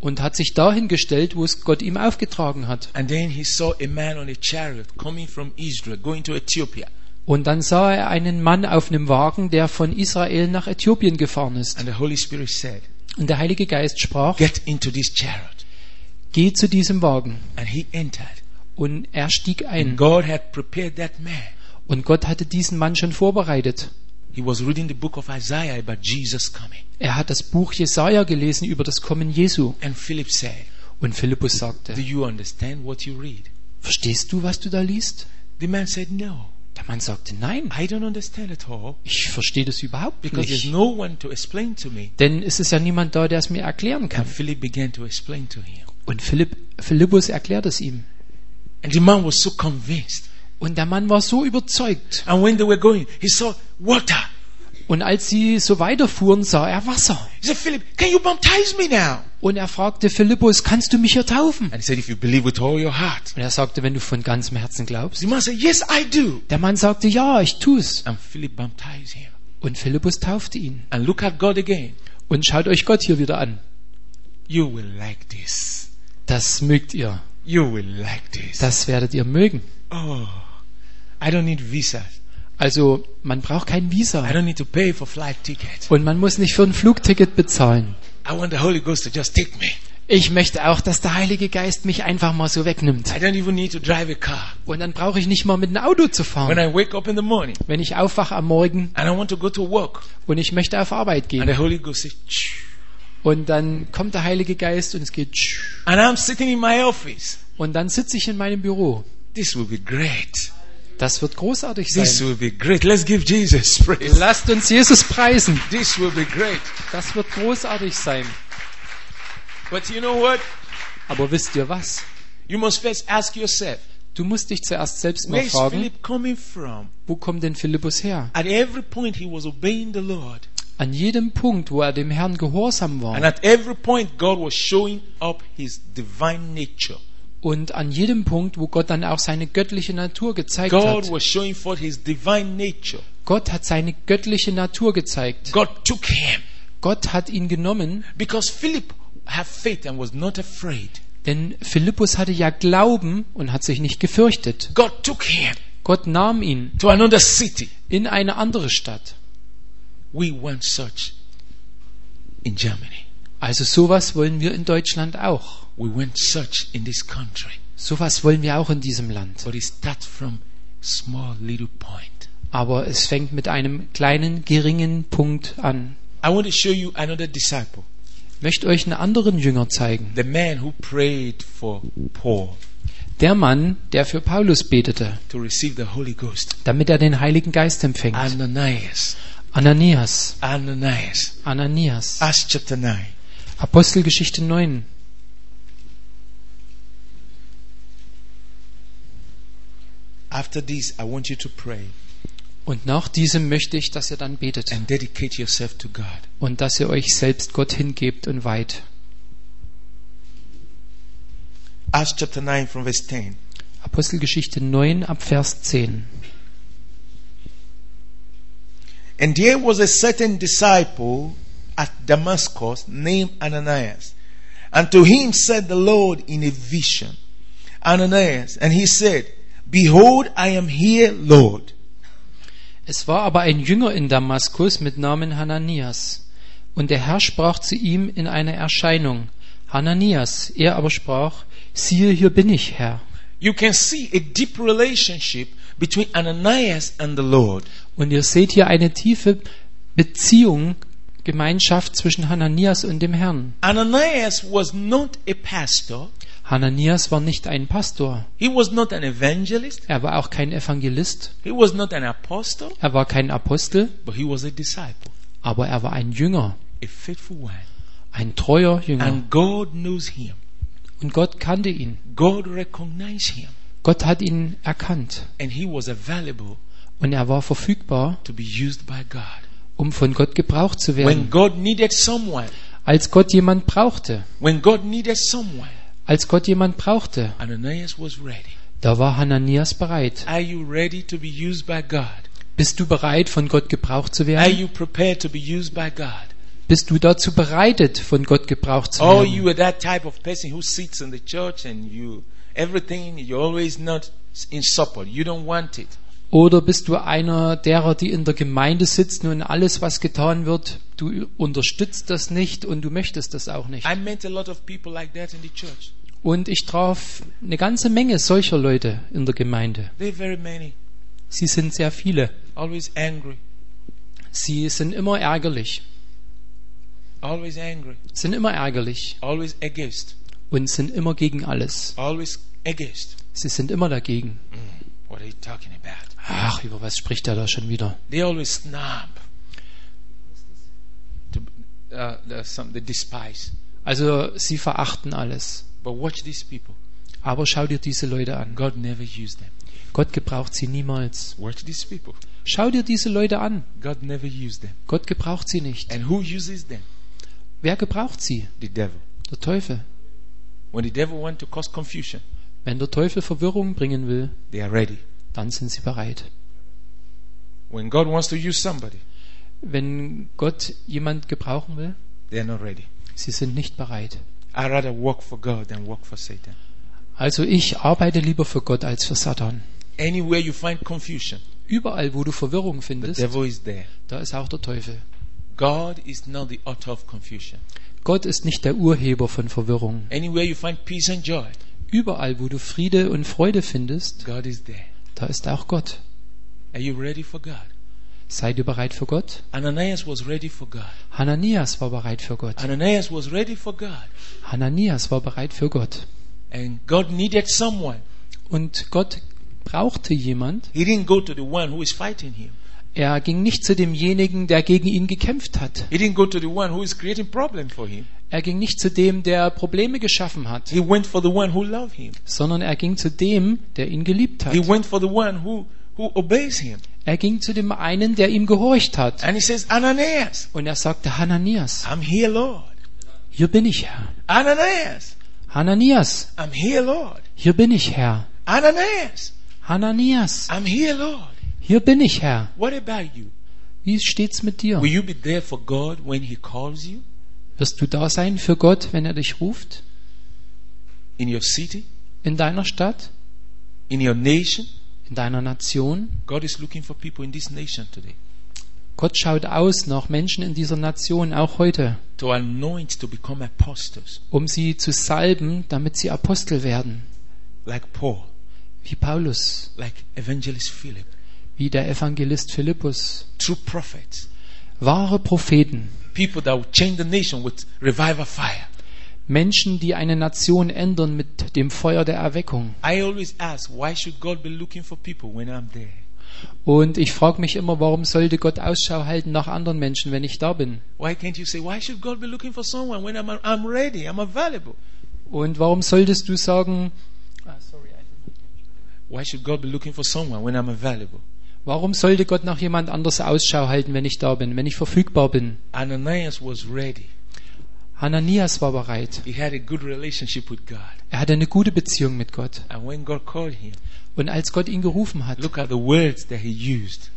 und hat sich dahin gestellt, wo es Gott ihm aufgetragen hat. And then he saw a man on a chariot coming from Israel, going to Ethiopia. Und dann sah er einen Mann auf einem Wagen, der von Israel nach Äthiopien gefahren ist. And the Holy Spirit said, Und der Heilige Geist sprach, Get into this chariot. geh zu diesem Wagen. And he entered. Und er stieg ein. God had prepared that man. Und Gott hatte diesen Mann schon vorbereitet. He was reading the book of Isaiah about Jesus coming. Er hat das Buch Jesaja gelesen über das Kommen Jesu. And Philip said, Und Philippus Do sagte, you understand what you read? verstehst du, was du da liest? The man said, No, Der Mann sagte, nein, I don't understand at all ich verstehe das überhaupt because there's nicht. no one to explain to me. Denn es ist ja niemand da, der es mir erklären And kann. Philip began to explain to him. Und Philipp, Philippus erklärt es ihm. And the man was so convinced. Und der Mann war so überzeugt. And when they were going, he saw water. Und als sie so weiterfuhren, sah er Wasser. He said, Philip, can you baptize me now? Und er fragte Philippus, kannst du mich hier taufen? And he said, If you believe with all your heart. Und er sagte, wenn du von ganzem Herzen glaubst. The man said, Yes, I do. Der Mann sagte, ja, ich tu's. And Philip baptized him. Und Philippus taufte ihn. And look at God again. Und schaut euch Gott hier wieder an. You will like this. Das mögt ihr. You will like this. Das werdet ihr mögen. oh, I don't need visas. Also, man braucht kein I Visa. don't need to pay for flight tickets. Und man muss nicht für ein Flugticket bezahlen. I want the Holy Ghost to just take me. Ich möchte auch, dass der Heilige Geist mich einfach mal so I wegnimmt. don't even need to drive a car. Und dann brauche ich nicht mal mit einem Auto zu When fahren. I wake up in the morning Wenn ich aufwache am Morgen and I want to go to work, und ich möchte auf Arbeit and the gehen. Holy Ghost says, "Shh." Und dann kommt der Heilige Geist und es geht. tsch. and I'm sitting in my office. Und dann sitze ich in meinem Büro. This will be great. Das wird großartig This sein. will be great. Let's give Jesus praise. Lasst uns Jesus preisen. This will be great. Das wird großartig sein. But you know what? Aber wisst ihr was? You must first ask yourself, Du musst dich zuerst selbst where mal is fragen, Philip coming from? wo kommt denn Philippus her? At every point, he was obeying the Lord. An jedem Punkt, wo er dem Herrn gehorsam And war at every point, God was showing up his divine nature. und an jedem Punkt, wo Gott dann auch seine göttliche Natur gezeigt God hat. was showing forth his divine nature. Gott hat seine göttliche Natur gezeigt. God took him Gott hat ihn genommen, because Philip had faith and was not afraid. denn Philippus hatte ja Glauben und hat sich nicht gefürchtet. God took him Gott nahm ihn to another city. in eine andere Stadt. We want such in Germany. Also sowas wollen wir in Deutschland auch. We want such in this country. Sowas wollen wir auch in diesem Land. But it starts from small little point. Aber es fängt mit einem kleinen, geringen Punkt an. I want to show you another disciple, Ich möchte euch einen anderen Jünger zeigen. the man who prayed for Paul Der Mann, der für Paulus betete, to receive the Holy Ghost. damit er den Heiligen Geist empfängt. Ananias. Ananias, Ananias. Ananias. Acts chapter 9. Apostelgeschichte 9. After this, I want you to pray Und nach diesem möchte ich, dass ihr dann betet and dedicate yourself to God. und dass ihr euch selbst Gott hingebt und weiht. Acts chapter 9 from verse 10. Apostelgeschichte 9 ab Vers 10. And there was a certain disciple at Damascus named Ananias. And to him said the Lord in a vision, Ananias. And he said, Behold, I am here, Lord. Es war aber ein Jünger in Damaskus mit Namen Hananias. Und der Herr sprach zu ihm in einer Erscheinung, Hananias. Er aber sprach, siehe, hier bin ich, Herr. You can see a deep relationship between Ananias and the Lord. Und ihr seht hier eine tiefe Beziehung, Gemeinschaft zwischen Hananias und dem Herrn. Ananias was not a pastor, Hananias war nicht ein Pastor, he was not an evangelist, er war auch kein Evangelist, he was not an apostle, er war kein Apostel, but he was a disciple, aber er war ein Jünger, a faithful one. ein treuer Jünger. And God knows him, Und Gott kannte ihn. God recognized him, Gott hat ihn erkannt. and he was available Und er war verfügbar, to be used by God. um von Gott gebraucht zu When werden. God needed someone, Als Gott jemand brauchte, when God needed someone, als Gott jemand brauchte, Ananias was ready. da war Hananias bereit. Are you ready to be used by God? Bist du bereit, von Gott gebraucht zu Are werden? you prepared to be used by God? Bist du dazu bereitet, von Gott gebraucht zu Or werden? you are that type of person who sits in the church and you everything you're always not in support. You don't want it. Oder bist du einer derer, die in der Gemeinde sitzen und alles, was getan wird, du unterstützt das nicht und du möchtest das auch nicht? I met a lot of people like that in the church. Und ich traf eine ganze Menge solcher Leute in der Gemeinde. They're very many, Sie sind sehr viele. always angry, Sie sind immer ärgerlich, always angry, sind immer ärgerlich always against, und sind immer gegen alles. always against. Sie sind immer dagegen. What are you talking about? Ach, über was spricht er da schon wieder? They always snap. To, uh, there's some they despise. Also, sie verachten alles. But watch these people. Aber schau dir diese Leute an. God never used them. Gott gebraucht sie niemals. Watch these people. Schau dir diese Leute an. God never used them. Gott gebraucht sie nicht. And who uses them? Wer gebraucht sie? The devil. Der Teufel. When the devil wants to cause confusion, Wenn der Teufel Verwirrung bringen will, they are ready. dann sind sie bereit. When God wants to use somebody, Wenn Gott jemand gebrauchen will, they are not ready. sie sind nicht bereit. I'd rather work for God than work for Satan. Also ich arbeite lieber für Gott als für Satan. Anywhere you find confusion, Überall, wo du Verwirrung the findest, devil is there. da ist auch der Teufel. God is not the author of confusion. Gott ist nicht der Urheber von Verwirrung. Anywhere you find peace and joy, Überall, wo du Friede und Freude findest, God is there. da ist auch Gott. Are you ready for God? Seid ihr bereit für Gott? Ananias was ready for God. Hananias war bereit für Gott. Ananias was ready for God. Hananias war bereit für Gott. And God needed someone. Und Gott brauchte jemand. He didn't go to the one who is fighting him. Er ging nicht zu demjenigen, der gegen ihn gekämpft hat. He didn't go to the one who is creating problem for him. Er ging nicht zu dem, der Probleme geschaffen hat, He went for the one who loved him. sondern er ging zu dem, der ihn geliebt hat. He went for the one who, who obeys him. Er ging zu dem einen, der ihm gehorcht hat. And he says, Ananias, Und er sagte, Hananias, I'm here, Lord. hier bin ich Herr. Ananias, Hananias, I'm here, Lord. hier bin ich Herr. Ananias, Hananias, I'm here, Lord. hier bin ich Herr. What about you? Wie steht's mit dir? Will you be there for God when he calls you? Wirst du da sein für Gott, wenn er dich ruft? In your city? In deiner Stadt? In your nation? In deiner Nation? God is looking for people in this nation today Gott schaut aus nach Menschen in dieser Nation, auch heute, to anoint to become apostles, um sie zu salben, damit sie Apostel werden. like Paul, Wie Paulus, like Evangelist Philip, wie der Evangelist Philippus. true prophets, Wahre Propheten. people that will change the nation with revival fire. Menschen, die eine Nation ändern mit dem Feuer der Erweckung. I always ask, why should God be looking for people when I'm there? Und ich frage mich immer, warum sollte Gott Ausschau halten nach anderen Menschen, wenn ich da bin? Why can't you say, why should God be looking for someone when I'm, I'm ready, I'm available? Und warum solltest du sagen, Why should God be looking for someone when I'm available? warum sollte Gott nach jemand anders Ausschau halten, wenn ich da bin, wenn ich verfügbar bin? Ananias was ready. Hananias war bereit. He had a good relationship with God. Er hatte eine gute Beziehung mit Gott. And when God called him, Und als Gott ihn gerufen hat, look at the words that he used.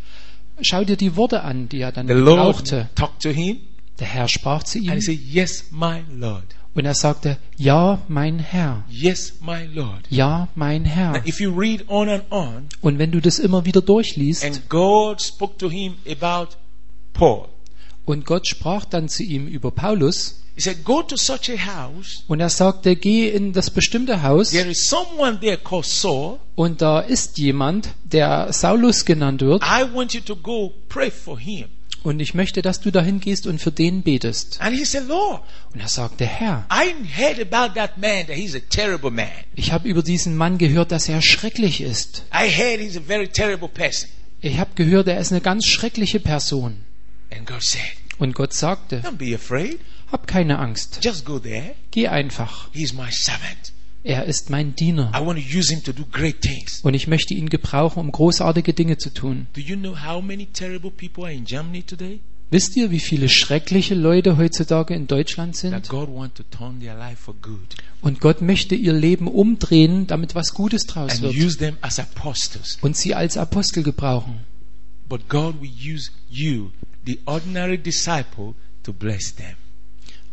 schau dir die Worte an, die er dann The Lord gebrauchte. talked to him Der Herr sprach zu and he ihm said, Yes, my Lord. und er sagte, ja, mein Herr, Yes, my Lord. ja, mein Herr. Now, if you read on and on, Und wenn du das immer wieder durchliest and God spoke to him about Paul, und Gott sprach dann zu ihm über Paulus, he said, Go to such a house. Und er sagte, geh in das bestimmte Haus There is someone there called Saul. und da ist jemand, der Saulus genannt wird I want you to go pray for him. und ich möchte, dass du dahin gehst und für den betest. And he said, Lord, Und er sagte, Herr, I heard about that man that he's a terrible man. ich habe über diesen Mann gehört, dass er schrecklich ist. I heard he's a very terrible person. Ich habe gehört, er ist eine ganz schreckliche Person. And God said, Und Gott sagte, Don't be afraid. hab keine Angst, Just go there. geh einfach. He's my servant. Er ist mein I Diener want to use him to do great things. und ich möchte ihn gebrauchen, um großartige Dinge zu tun. Do you know how many terrible people are in Germany today? Wisst ihr, wie viele schreckliche Leute heutzutage in Deutschland That sind? God wants to turn their life for good Und Gott möchte ihr Leben umdrehen, damit was Gutes draus and wird. use them as apostles. und sie als Apostel gebrauchen. But God will use you, the ordinary disciple, to to bless them.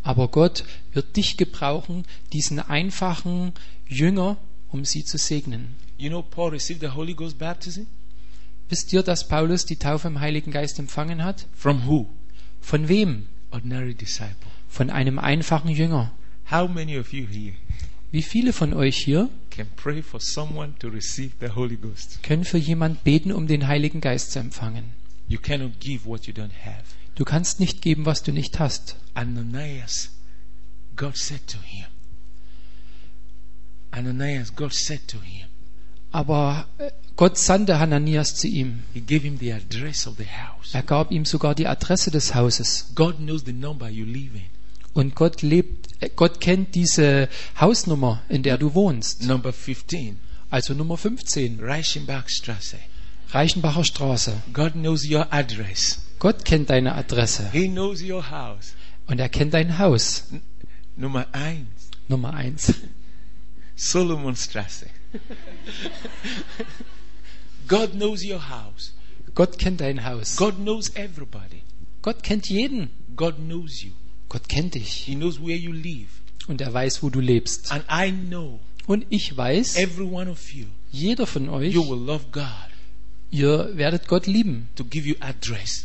Aber Gott wird dich gebrauchen, diesen einfachen Jünger, um sie zu segnen. You know, Paul received the Holy Ghost baptism Wisst ihr, dass Paulus die Taufe im Heiligen Geist empfangen hat? from who? Von wem? Ordinary disciple. Von einem einfachen Jünger. How many of you here Wie viele von euch hier can pray for someone to receive the Holy Ghost? können für jemand beten, um den Heiligen Geist zu empfangen? You cannot give what you don't have. Du kannst nicht geben, was du nicht hast. Ananias, God said to him, Ananias, God said to him, Aber äh, Gott sandte Hananias zu ihm. He gave him the address of the house. Er gab ihm sogar die Adresse des Hauses. God knows the number you live in. Und Gott lebt, äh, Gott kennt diese Hausnummer, in der du wohnst. Number 15, Also Nummer 15, Reichenbachstrasse. Reichenbacher Straße. God knows your address. Gott kennt deine Adresse He knows your house. und er kennt dein Haus. Nummer 1, Nummer 1. Solomonstrasse. God knows your house. Gott kennt dein Haus. God knows everybody. Gott kennt jeden. God knows you. Gott kennt dich. He knows where you live. Und er weiß, wo du lebst. And I know Und ich weiß, every one of you, jeder von euch, you will love God ihr werdet Gott lieben. to give you address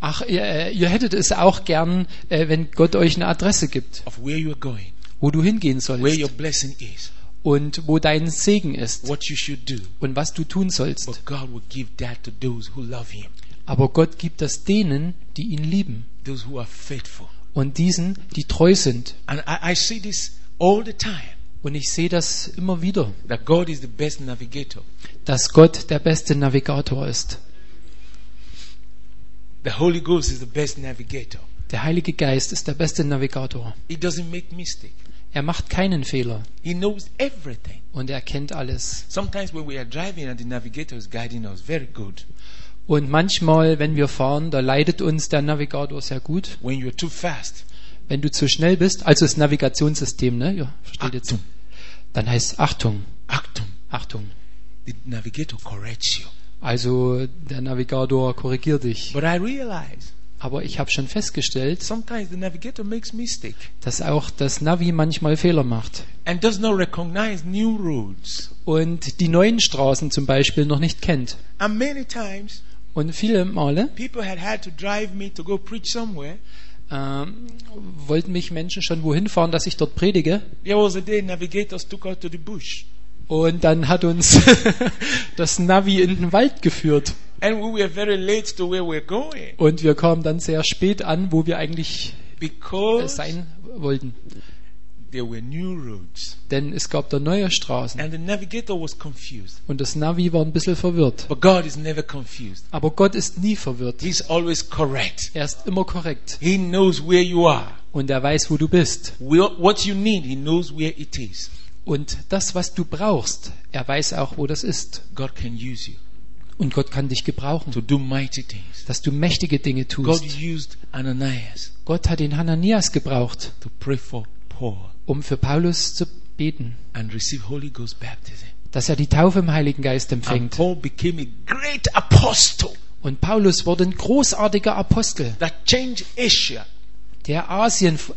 Ach, ihr, äh, ihr hättet es auch gern, äh, wenn Gott euch eine Adresse gibt, of where you are going, wo du hingehen where your sollst blessing is, und wo dein Segen ist what you should do. und was du tun But sollst. God will give that to those who love Him, Aber Gott gibt das denen, die ihn lieben those who are faithful. und diesen, die treu sind. And I, I see this all the time Und ich sehe das immer wieder, that God is the best navigator. dass Gott der beste Navigator ist. The Holy Ghost is the best navigator. Der Heilige Geist ist der beste Navigator. He doesn't make mistake. Er macht keinen Fehler He knows everything. und er kennt alles. Sometimes when we are driving and the navigator is guiding us, very good. Und manchmal, wenn wir fahren, da leitet uns der Navigator sehr gut. When you're too fast, Wenn du zu schnell bist, also das Navigationssystem, ne? Ja, versteht jetzt. Achtung. Dann heißt Achtung, Achtung, Achtung. the navigator corrects you. Also der Navigator korrigiert dich. But I realize Aber ich habe schon festgestellt, sometimes the navigator makes mistake dass auch das Navi manchmal Fehler macht and does not recognize new roads. und die neuen Straßen zum Beispiel noch nicht kennt. And many times Und viele Male people had had to drive me to go preach somewhere. ähm, wollten mich Menschen schon wohin fahren, dass ich dort predige. There was a day navigators took us to the bush Und dann hat uns das Navi in den Wald geführt. and we were very late to where we're going Und wir kamen dann sehr spät an, wo wir eigentlich äh, because sein wollten. there were new roads denn es gab da neue Straßen and the navigator was confused. und das Navi war ein bisschen verwirrt. But God is never confused. Aber Gott ist nie verwirrt. He's always correct. Er ist immer korrekt He knows where you are. und er weiß, wo du bist. Will- What you need, He knows where it is. Und das, was du brauchst, er weiß auch, wo das ist. God can use you Und Gott kann dich gebrauchen, to do mighty things. dass du mächtige Dinge God tust. used Ananias Gott hat den Hananias gebraucht, to pray for Paul um für Paulus zu beten, and receive Holy Ghost baptism. dass er die Taufe im Heiligen Geist And empfängt. Paul became a great apostle Und Paulus wurde ein großartiger Apostel, that changed Asia. der Asien f-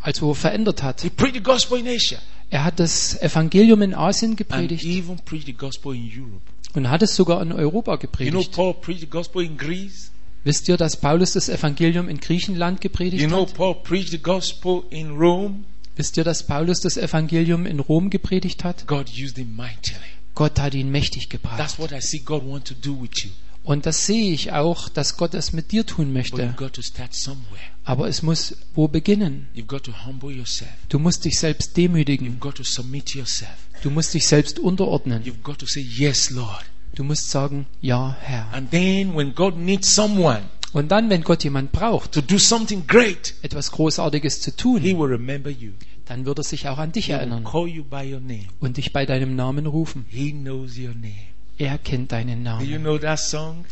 also verändert hat. He preached the gospel in Asia Er hat das Evangelium in Asien and gepredigt. even preached the gospel in Europe. und hat es sogar in Europa You know, gepredigt. Paul preached the gospel in Greece. Wisst ihr, dass Paulus das Evangelium in Griechenland gepredigt You know, hat? Paul preached the gospel in Rome. Wisst ihr, dass Paulus das Evangelium in Rom gepredigt hat? God used him mightily. Gott hat ihn That's mächtig gebracht. what I see God want to do with you. Und das sehe ich auch, dass Gott es mit dir But tun you've möchte. got to start somewhere. Aber es muss wo beginnen? You've got to humble yourself. Du musst dich selbst demütigen. You've got to submit yourself. Du musst dich selbst unterordnen. You've got to say, Yes, Lord. Du musst sagen, ja, Herr. And then when God needs someone Und dann, wenn Gott jemand braucht, to do something great, etwas Großartiges zu He tun, will remember you. dann wird er sich auch an dich He will erinnern call you by your name. und dich bei deinem Namen rufen. He knows your name. Er kennt deinen Do Namen. you know that song?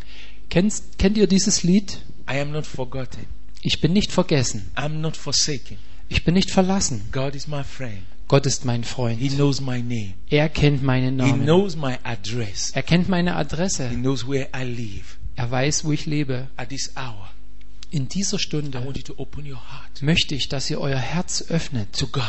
Kennst, kennt ihr dieses Lied? I am not forgotten. Ich bin nicht vergessen. I'm not forsaken. Ich bin nicht verlassen. God is my friend. Gott ist mein He Freund. knows my name. Er kennt meinen He Namen. knows my address. Er kennt meine He Adresse. knows where I live Er weiß, wo ich lebe. at this hour. In dieser I Stunde want you to open your heart möchte ich, dass ihr euer Herz öffnet, to God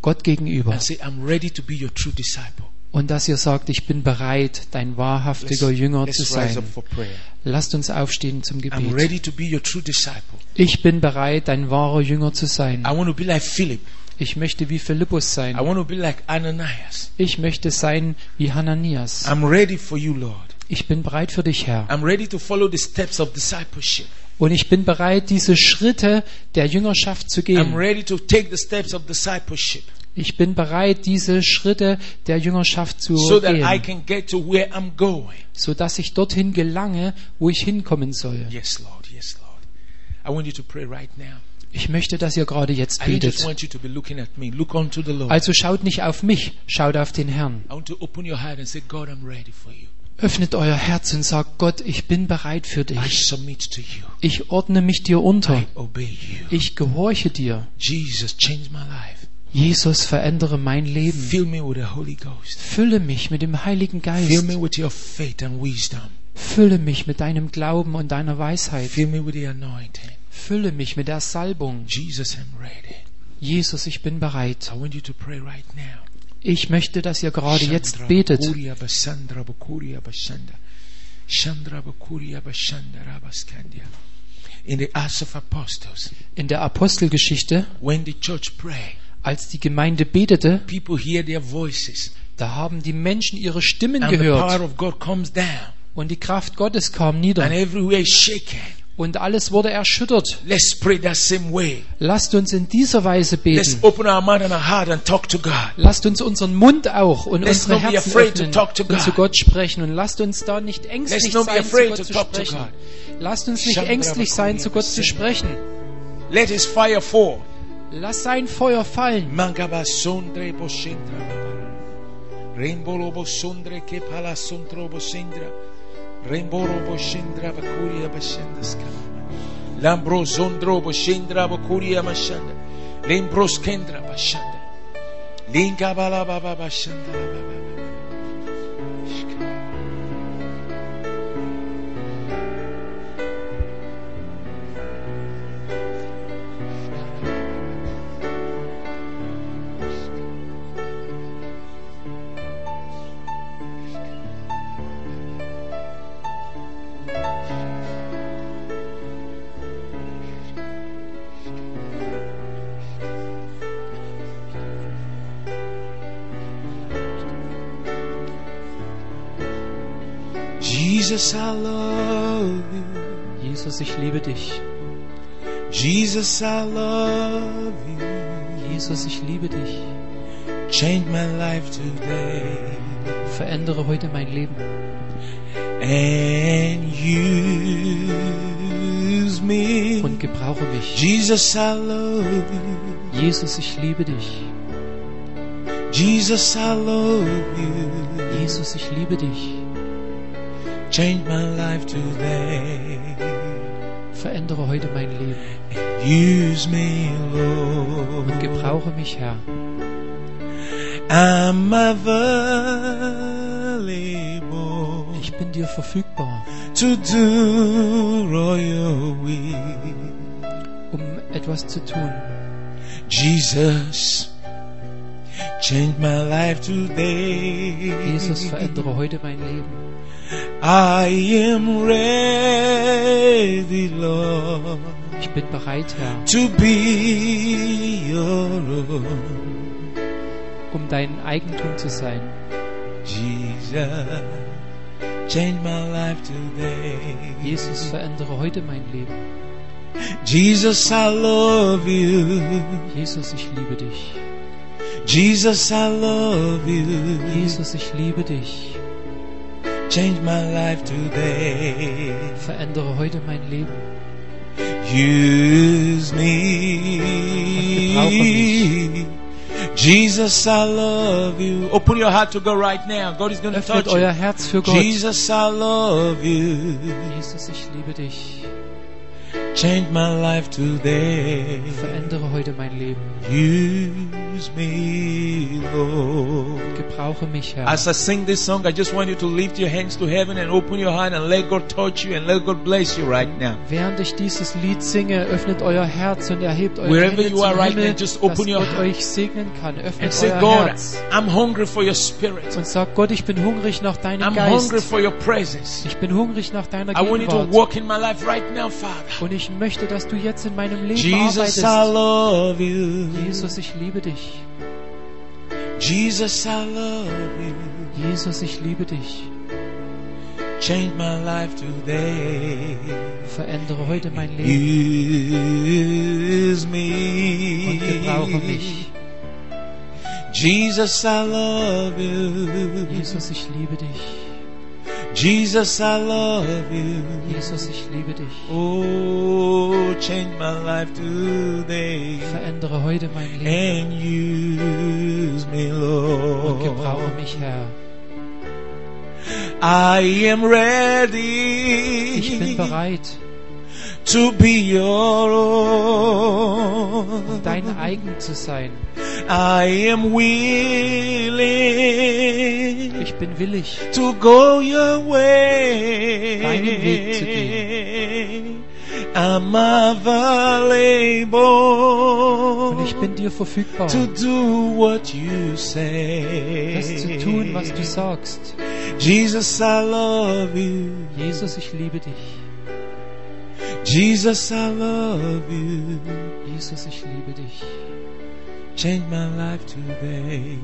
Gott gegenüber, and say, I'm ready to be your true disciple. und dass ihr sagt, ich bin bereit, dein wahrhaftiger Jünger zu let's rise up sein. for prayer. Lasst uns aufstehen zum I'm Gebet. ready to be your true disciple. Ich bin bereit, dein wahrer Jünger zu sein. I want to be like Philip. Ich möchte wie Philippus sein. I want to be like Ananias. Ich möchte sein wie Hananias. I'm ready for you, Lord. Ich bin bereit für dich, Herr. I'm ready to follow the steps of discipleship. Und ich bin bereit, diese Schritte der Jüngerschaft zu I'm gehen. ready to take the steps of discipleship Ich bin bereit, diese Schritte der Jüngerschaft zu so that I gehen, can get to where I'm going. sodass ich dorthin gelange, wo ich hinkommen soll. Yes, Lord. Yes, Lord. I want you to pray right now. Ich möchte, dass ihr gerade jetzt I don't just betet. want you to be looking at me. Look unto the Lord. Also schaut nicht auf mich, schaut auf den Herrn. I want to open your heart and say, God, I'm ready for you. Öffnet euer Herz und sagt, Gott, ich bin bereit für I dich. submit to you. Ich ordne mich dir unter. I obey you. Ich gehorche dir. Jesus, change my life. Jesus, verändere mein Leben. Fill me with the Holy Ghost. Fülle mich mit dem Heiligen Fill Geist. me with your faith and wisdom. Fülle mich mit deinem Glauben und deiner Weisheit. Fill me with the anointing. Fülle mich mit der Salbung. Jesus, I'm ready. Jesus, ich bin bereit. I want you to pray right now. Ich möchte, dass ihr gerade jetzt Shandra betet. Bakuria Basandra Bakuria Bashanda. Shandra Bakuria Bashanda Rabaskandia. In the Acts of Apostles, In der Apostelgeschichte, when the church pray, als die Gemeinde betete, people hear their voices da haben die Menschen ihre Stimmen and the power gehört of God comes down und die Kraft Gottes kam and nieder everywhere is shaken. und alles wurde erschüttert. Let's pray that same way. Lasst uns in dieser Weise beten. Let's open our mind and our heart and talk to God. Lasst uns unseren Mund auch und Let's unsere not be Herzen afraid to öffnen talk to und zu God. Gott sprechen und lasst uns da nicht ängstlich not be sein, zu afraid Gott to zu talk to sprechen. God. Lasst uns nicht Shandra ängstlich sein, Bakuria zu Gott zu Basandra. sprechen. Let His fire fall. Lass sein Feuer fallen. Mangaba sondre boshindra babara. Rembolo bosondre ke pala sondro boshindra. Rembolo boshindra bakuria bashanda skama. Lambro zondro boshindra bakuria mashanda. Lembro skendra bashanda. Linga bala baba bashanda la baba baba. Shka. Jesus, I love you. Jesus, ich liebe dich. Jesus, I love you. Jesus, ich liebe dich. Change my life today. Verändere heute mein Leben. and use me. und gebrauche mich. Jesus, I love you. Jesus, ich liebe dich. Jesus, I love you. Jesus, ich liebe dich. Change my life today. Verändere heute mein Leben Use me, und Lord. gebrauche mich, Herr. I'm available Ich bin dir verfügbar, to do royal will. um etwas zu tun. Jesus, change my life today. Jesus, verändere heute mein Leben. I am ready, Lord, Ich bin bereit, Herr, to be your own. um dein Eigentum zu sein. Jesus, change my life today. Jesus, verändere heute mein Leben. Jesus, I love you. Jesus, ich liebe dich. Jesus, I love you. Jesus, ich liebe dich. Change my life today. Verändere heute mein Leben. Use Gebrauche me. mich. Jesus, I love you. Open your heart to God right now. God is going to Öffnet touch euer you. Herz für Gott. Jesus, I love you. Jesus, ich liebe dich. Change my life today. Verändere heute mein Leben. Use Use me, Lord. Gebrauche mich, Herr. As I sing this song, I just want you to lift your hands to heaven and open your heart and let God touch you and let God bless you right now. Während ich dieses Lied singe, öffnet euer Herz und erhebt eure Wherever Hände you zum are right Himmel, now, just open dass your Gott heart. euch segnen kann. And Öffnet say, euer God, Herz I'm hungry for your spirit. und sagt, Gott, ich bin hungrig nach deinem I'm Geist. hungry for your presence. Ich bin hungrig nach deiner I want you to Gegenwart. walk in my life right now, Father. Und ich möchte, dass du jetzt in meinem Leben Jesus, I arbeitest. love you. Jesus, ich liebe dich. Jesus, I love you. Jesus, ich liebe dich. Change my life today. Verändere heute mein Leben Use und gebrauche mich. me. Jesus, I love you. Jesus, ich liebe dich. Jesus, I love you. Jesus, ich liebe dich. Oh, change my life today. Verändere heute mein Leben And use me, und gebrauche Lord. mich, Herr. I am Ich bin ready bereit, to be your own. dein eigen zu sein. I am willing Ich bin willig, to go your Deinen Weg zu way. I'm und ich bin available dir verfügbar, to do what you das zu tun, was du say. sagst. Jesus, I love you. Jesus, ich liebe dich. Jesus, I love you. Jesus, ich liebe dich. Change my life today.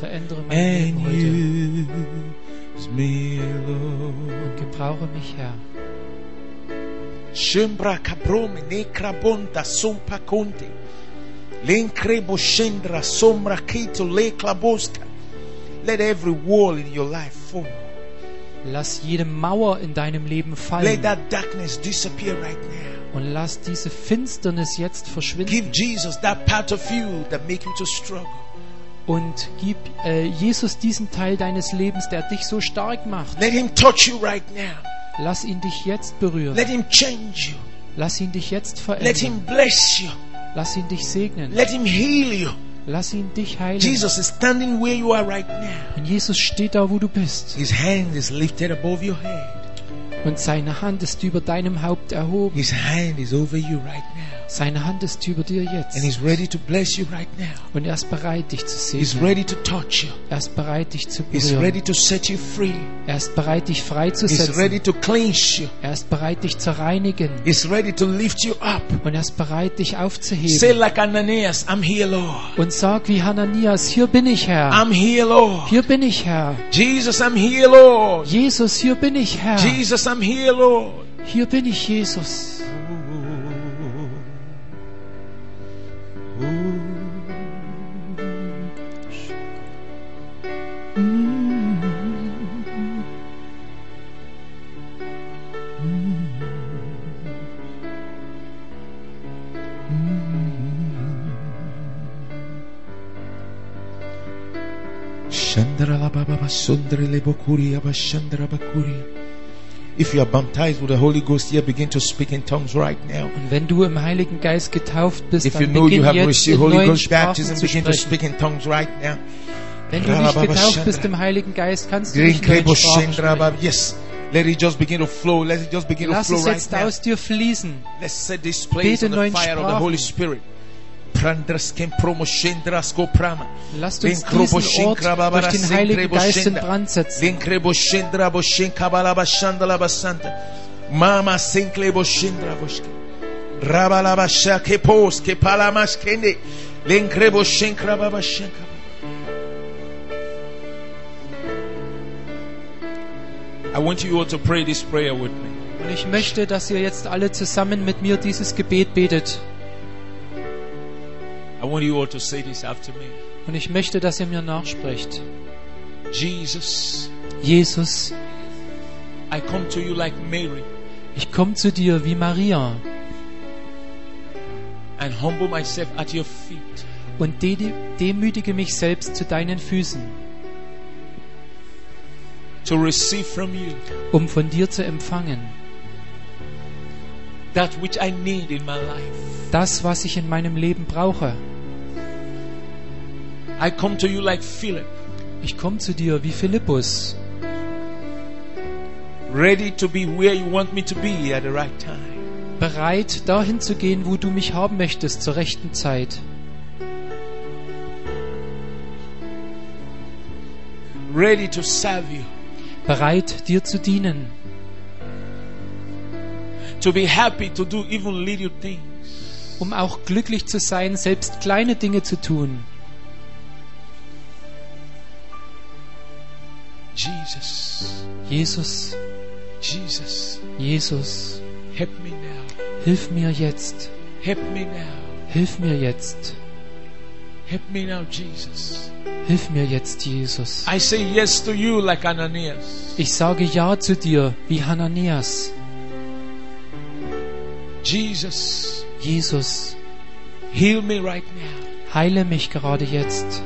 Verändere mein and Leben heute use me, Lord. und gebrauche mich, Herr. Shembra caprome ne crabonda sompa conte. L'increbo scendra sombra keto le clabosca. Let every wall in your life fall. Lass jede Mauer in deinem Leben fallen Let that darkness disappear right now. und lass diese Finsternis jetzt verschwinden. Give Jesus that part of you that make you to struggle. Und gib äh, Jesus diesen Teil deines Lebens, der dich so stark macht. Let him touch you right now. Lass ihn dich jetzt berühren. Let him change you. Lass ihn dich jetzt Let him verändern. bless you. Lass ihn dich segnen. Let him heal you. Lass ihn dich heilen. Jesus is standing where you are right now. Und Jesus steht da, wo du bist. His hand is lifted above your head. Und seine Hand ist über deinem Haupt erhoben. His hand is over you right now. Seine Hand ist über dir And jetzt. he's ready to bless you right now. Und er ist bereit, dich zu He's segnen. ready to touch you. Er ist bereit, dich zu He's ready berühren. to set you free. Er ist bereit, dich He's ready freizusetzen. to cleanse you. Er ist bereit, dich zu reinigen. He's ready to lift you up. Und er ist bereit, dich Say aufzuheben. like Ananias, I'm here, Lord. Und sag wie Hananias, hier bin ich, Herr. I'm here, Lord. Hier bin ich, Herr. Jesus, I'm here, Lord. Jesus, hier bin ich, Herr. Jesus, I'm here, Lord. Hier bin ich, Jesus. Shandra la ba ba ba sundra le bokuri ya ba shandra bakuri. If you are baptized with the Holy Ghost here, begin to speak in tongues right now. Und wenn du im Heiligen Geist getauft bist, If you dann know you beginn have jetzt received in Holy neuen Ghost Sprachen baptism, zu begin to sprechen. speak in tongues right now. Wenn du nicht Rababa getauft bist Shandra. im Heiligen Geist, kannst du nicht neuen Sprachen sprechen. Yes. Let it just begin to flow. Let it just begin to Lass flow es right jetzt now. aus dir fließen. Let's set this place Bete on the neuen fire of the Holy Sprachen. Spirit. Prandrasken promoschendrasko prama. Lasst uns diesen Ort durch den Heiligen Geist in Brand setzen. Mama sinkle boshindra boshke. Rabalabasha ke pos ke palamash kende. Linkre boshinkra babashinka. I want you all to pray this prayer with me. Und ich möchte, dass ihr jetzt alle zusammen mit mir dieses Gebet betet. I want you all to say this after me. Und ich möchte, dass ihr mir nachsprecht. Jesus, Jesus, I come to you like Mary ich komme zu dir wie Maria and humble myself at your feet. und de demütige mich selbst zu deinen Füßen, to receive from you um von dir zu empfangen. that which I need in my life. das, was ich in meinem Leben brauche. I come to you like Philip, Ich komme zu dir wie Philippus, ready to be where you want me to be at the right time. bereit dahin zu gehen, wo du mich haben möchtest, zur rechten Zeit. Ready to serve you, Bereit, dir zu dienen. to be happy to do even little things. Um auch glücklich zu sein, selbst kleine Dinge zu tun. Jesus, Jesus, Jesus, Jesus, help me now. hilf mir jetzt. Help me now. Hilf mir jetzt. Help me now, Jesus. Hilf mir jetzt, Jesus. I say yes to you like Ananias. Ich sage Ja zu dir, wie Hananias. Jesus, Jesus, heal me right now heile mich gerade jetzt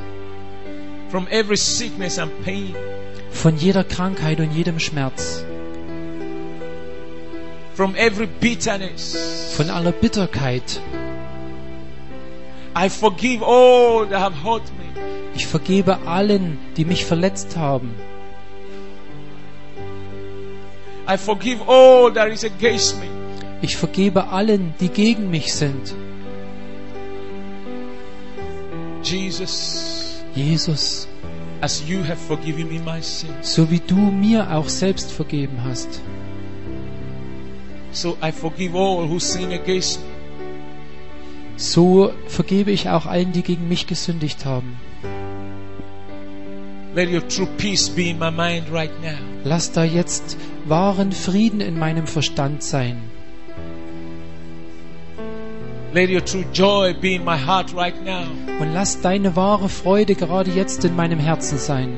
from every sickness and pain, von jeder Krankheit und jedem Schmerz, from every bitterness. von aller Bitterkeit. I forgive all that have hurt me. Ich vergebe allen, die mich verletzt haben. I forgive all that is against me. Ich vergebe allen, die gegen mich sind. Jesus, Jesus, as you have forgiven me my sins, so wie du mir auch selbst vergeben hast, so I forgive all who sin against me. so vergebe ich auch allen, die gegen mich gesündigt haben. Let your true peace be in my mind right now. Lass da jetzt wahren Frieden in meinem Verstand sein. Let your true joy be in my heart right now. Und lass deine wahre Freude gerade jetzt in meinem Herzen sein.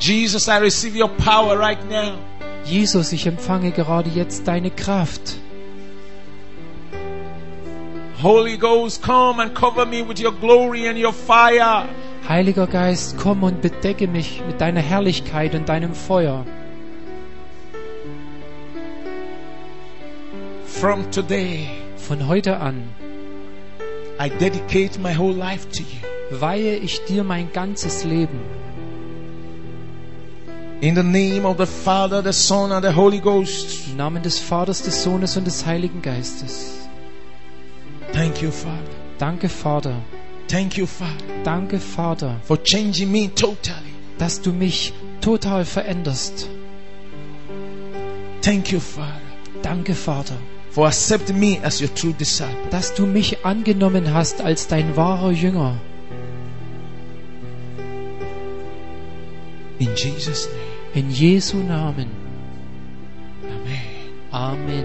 Jesus, I receive your power right now. Jesus, ich empfange gerade jetzt deine Kraft. Holy Ghost, come and cover me with your glory and your fire. Heiliger Geist, komm und bedecke mich mit deiner Herrlichkeit und deinem Feuer. From today, Von heute an I dedicate my whole life to you. weihe ich dir mein ganzes Leben. In the name of the Father, the Son, and the Holy Ghost. Im Namen des Vaters, des Sohnes und des Heiligen Geistes. Thank you, Father. Danke, Vater. Thank you, Father, Danke, Vater, for changing me totally. dass du mich total veränderst. Thank you, Father, Danke, Vater, for accepting me as your true disciple. dass du mich angenommen hast als dein wahrer Jünger. In Jesus' name, In Jesu Namen. Amen. Amen.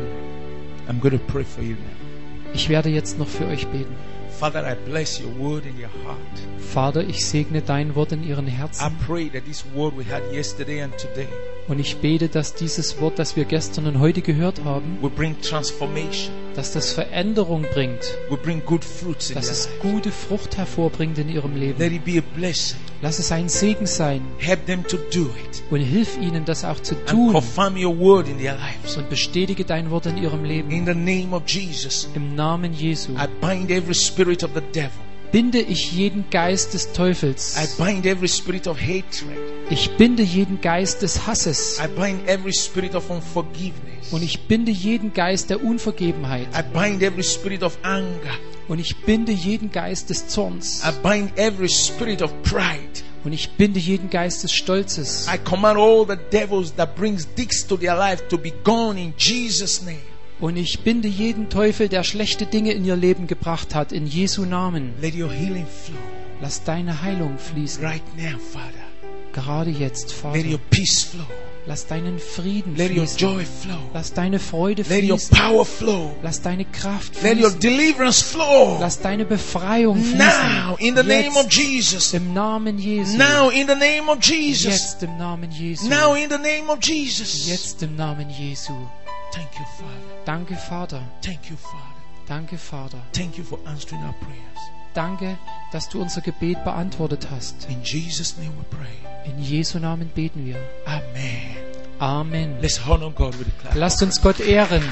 I'm going to pray for you now. Ich werde jetzt noch für euch beten. Father, I bless your word in your heart. Vater, ich segne dein Wort in ihren I Herzen pray that this word we had yesterday and today und ich bete, dass dieses Wort, das wir gestern und heute gehört haben, will bring transformation, dass das Veränderung bringt, will bring good fruits in your dass es life. gute Frucht hervorbringt in ihrem Let Leben. it be a blessing. Lass es ein Segen sein Help them to do it. und hilf ihnen, das auch zu And tun confirm your word in their lives. und bestätige dein Wort in ihrem Leben. In the name of Jesus, Im Namen Jesu I bind every spirit of the devil. binde ich jeden Geist des I Teufels. bind every spirit of hatred. Ich binde jeden Geist des Hasses I bind every spirit of unforgiveness. und ich binde jeden Geist der Unvergebenheit I bind every spirit of anger. und ich binde jeden Geist des Zorns. I bind every spirit of pride. Und ich binde jeden Geist des Stolzes. I command all the devils that brings dicks to their life to be gone in Jesus' name. Und ich binde jeden Teufel, der schlechte Dinge in ihr Leben gebracht hat, in Jesu Namen. Let your healing flow Lass deine Heilung fließen, right now, Father. gerade jetzt, Let your Vater. peace flow. Lass deinen Frieden Let your fließen. joy flow. Lass deine Freude Let your fließen. power flow. Lass deine Kraft Let your fließen. deliverance flow. Lass deine Befreiung Now, in the fließen. name of Jetzt, Jesus. im Namen Jesu. Now, in the name of Jesus. Jetzt, im Namen Jesu. Now, in the name of Jesus. Jetzt, im Namen Jesu. Thank you, Father. Danke, Vater. Thank you, Father. Danke, Vater. Thank you for answering our prayers. Danke, dass du unser Gebet beantwortet hast. In Jesus' name we pray. In Jesu Namen beten wir. Amen. Amen. Let's honor God with a clap. Lasst uns Gott ehren.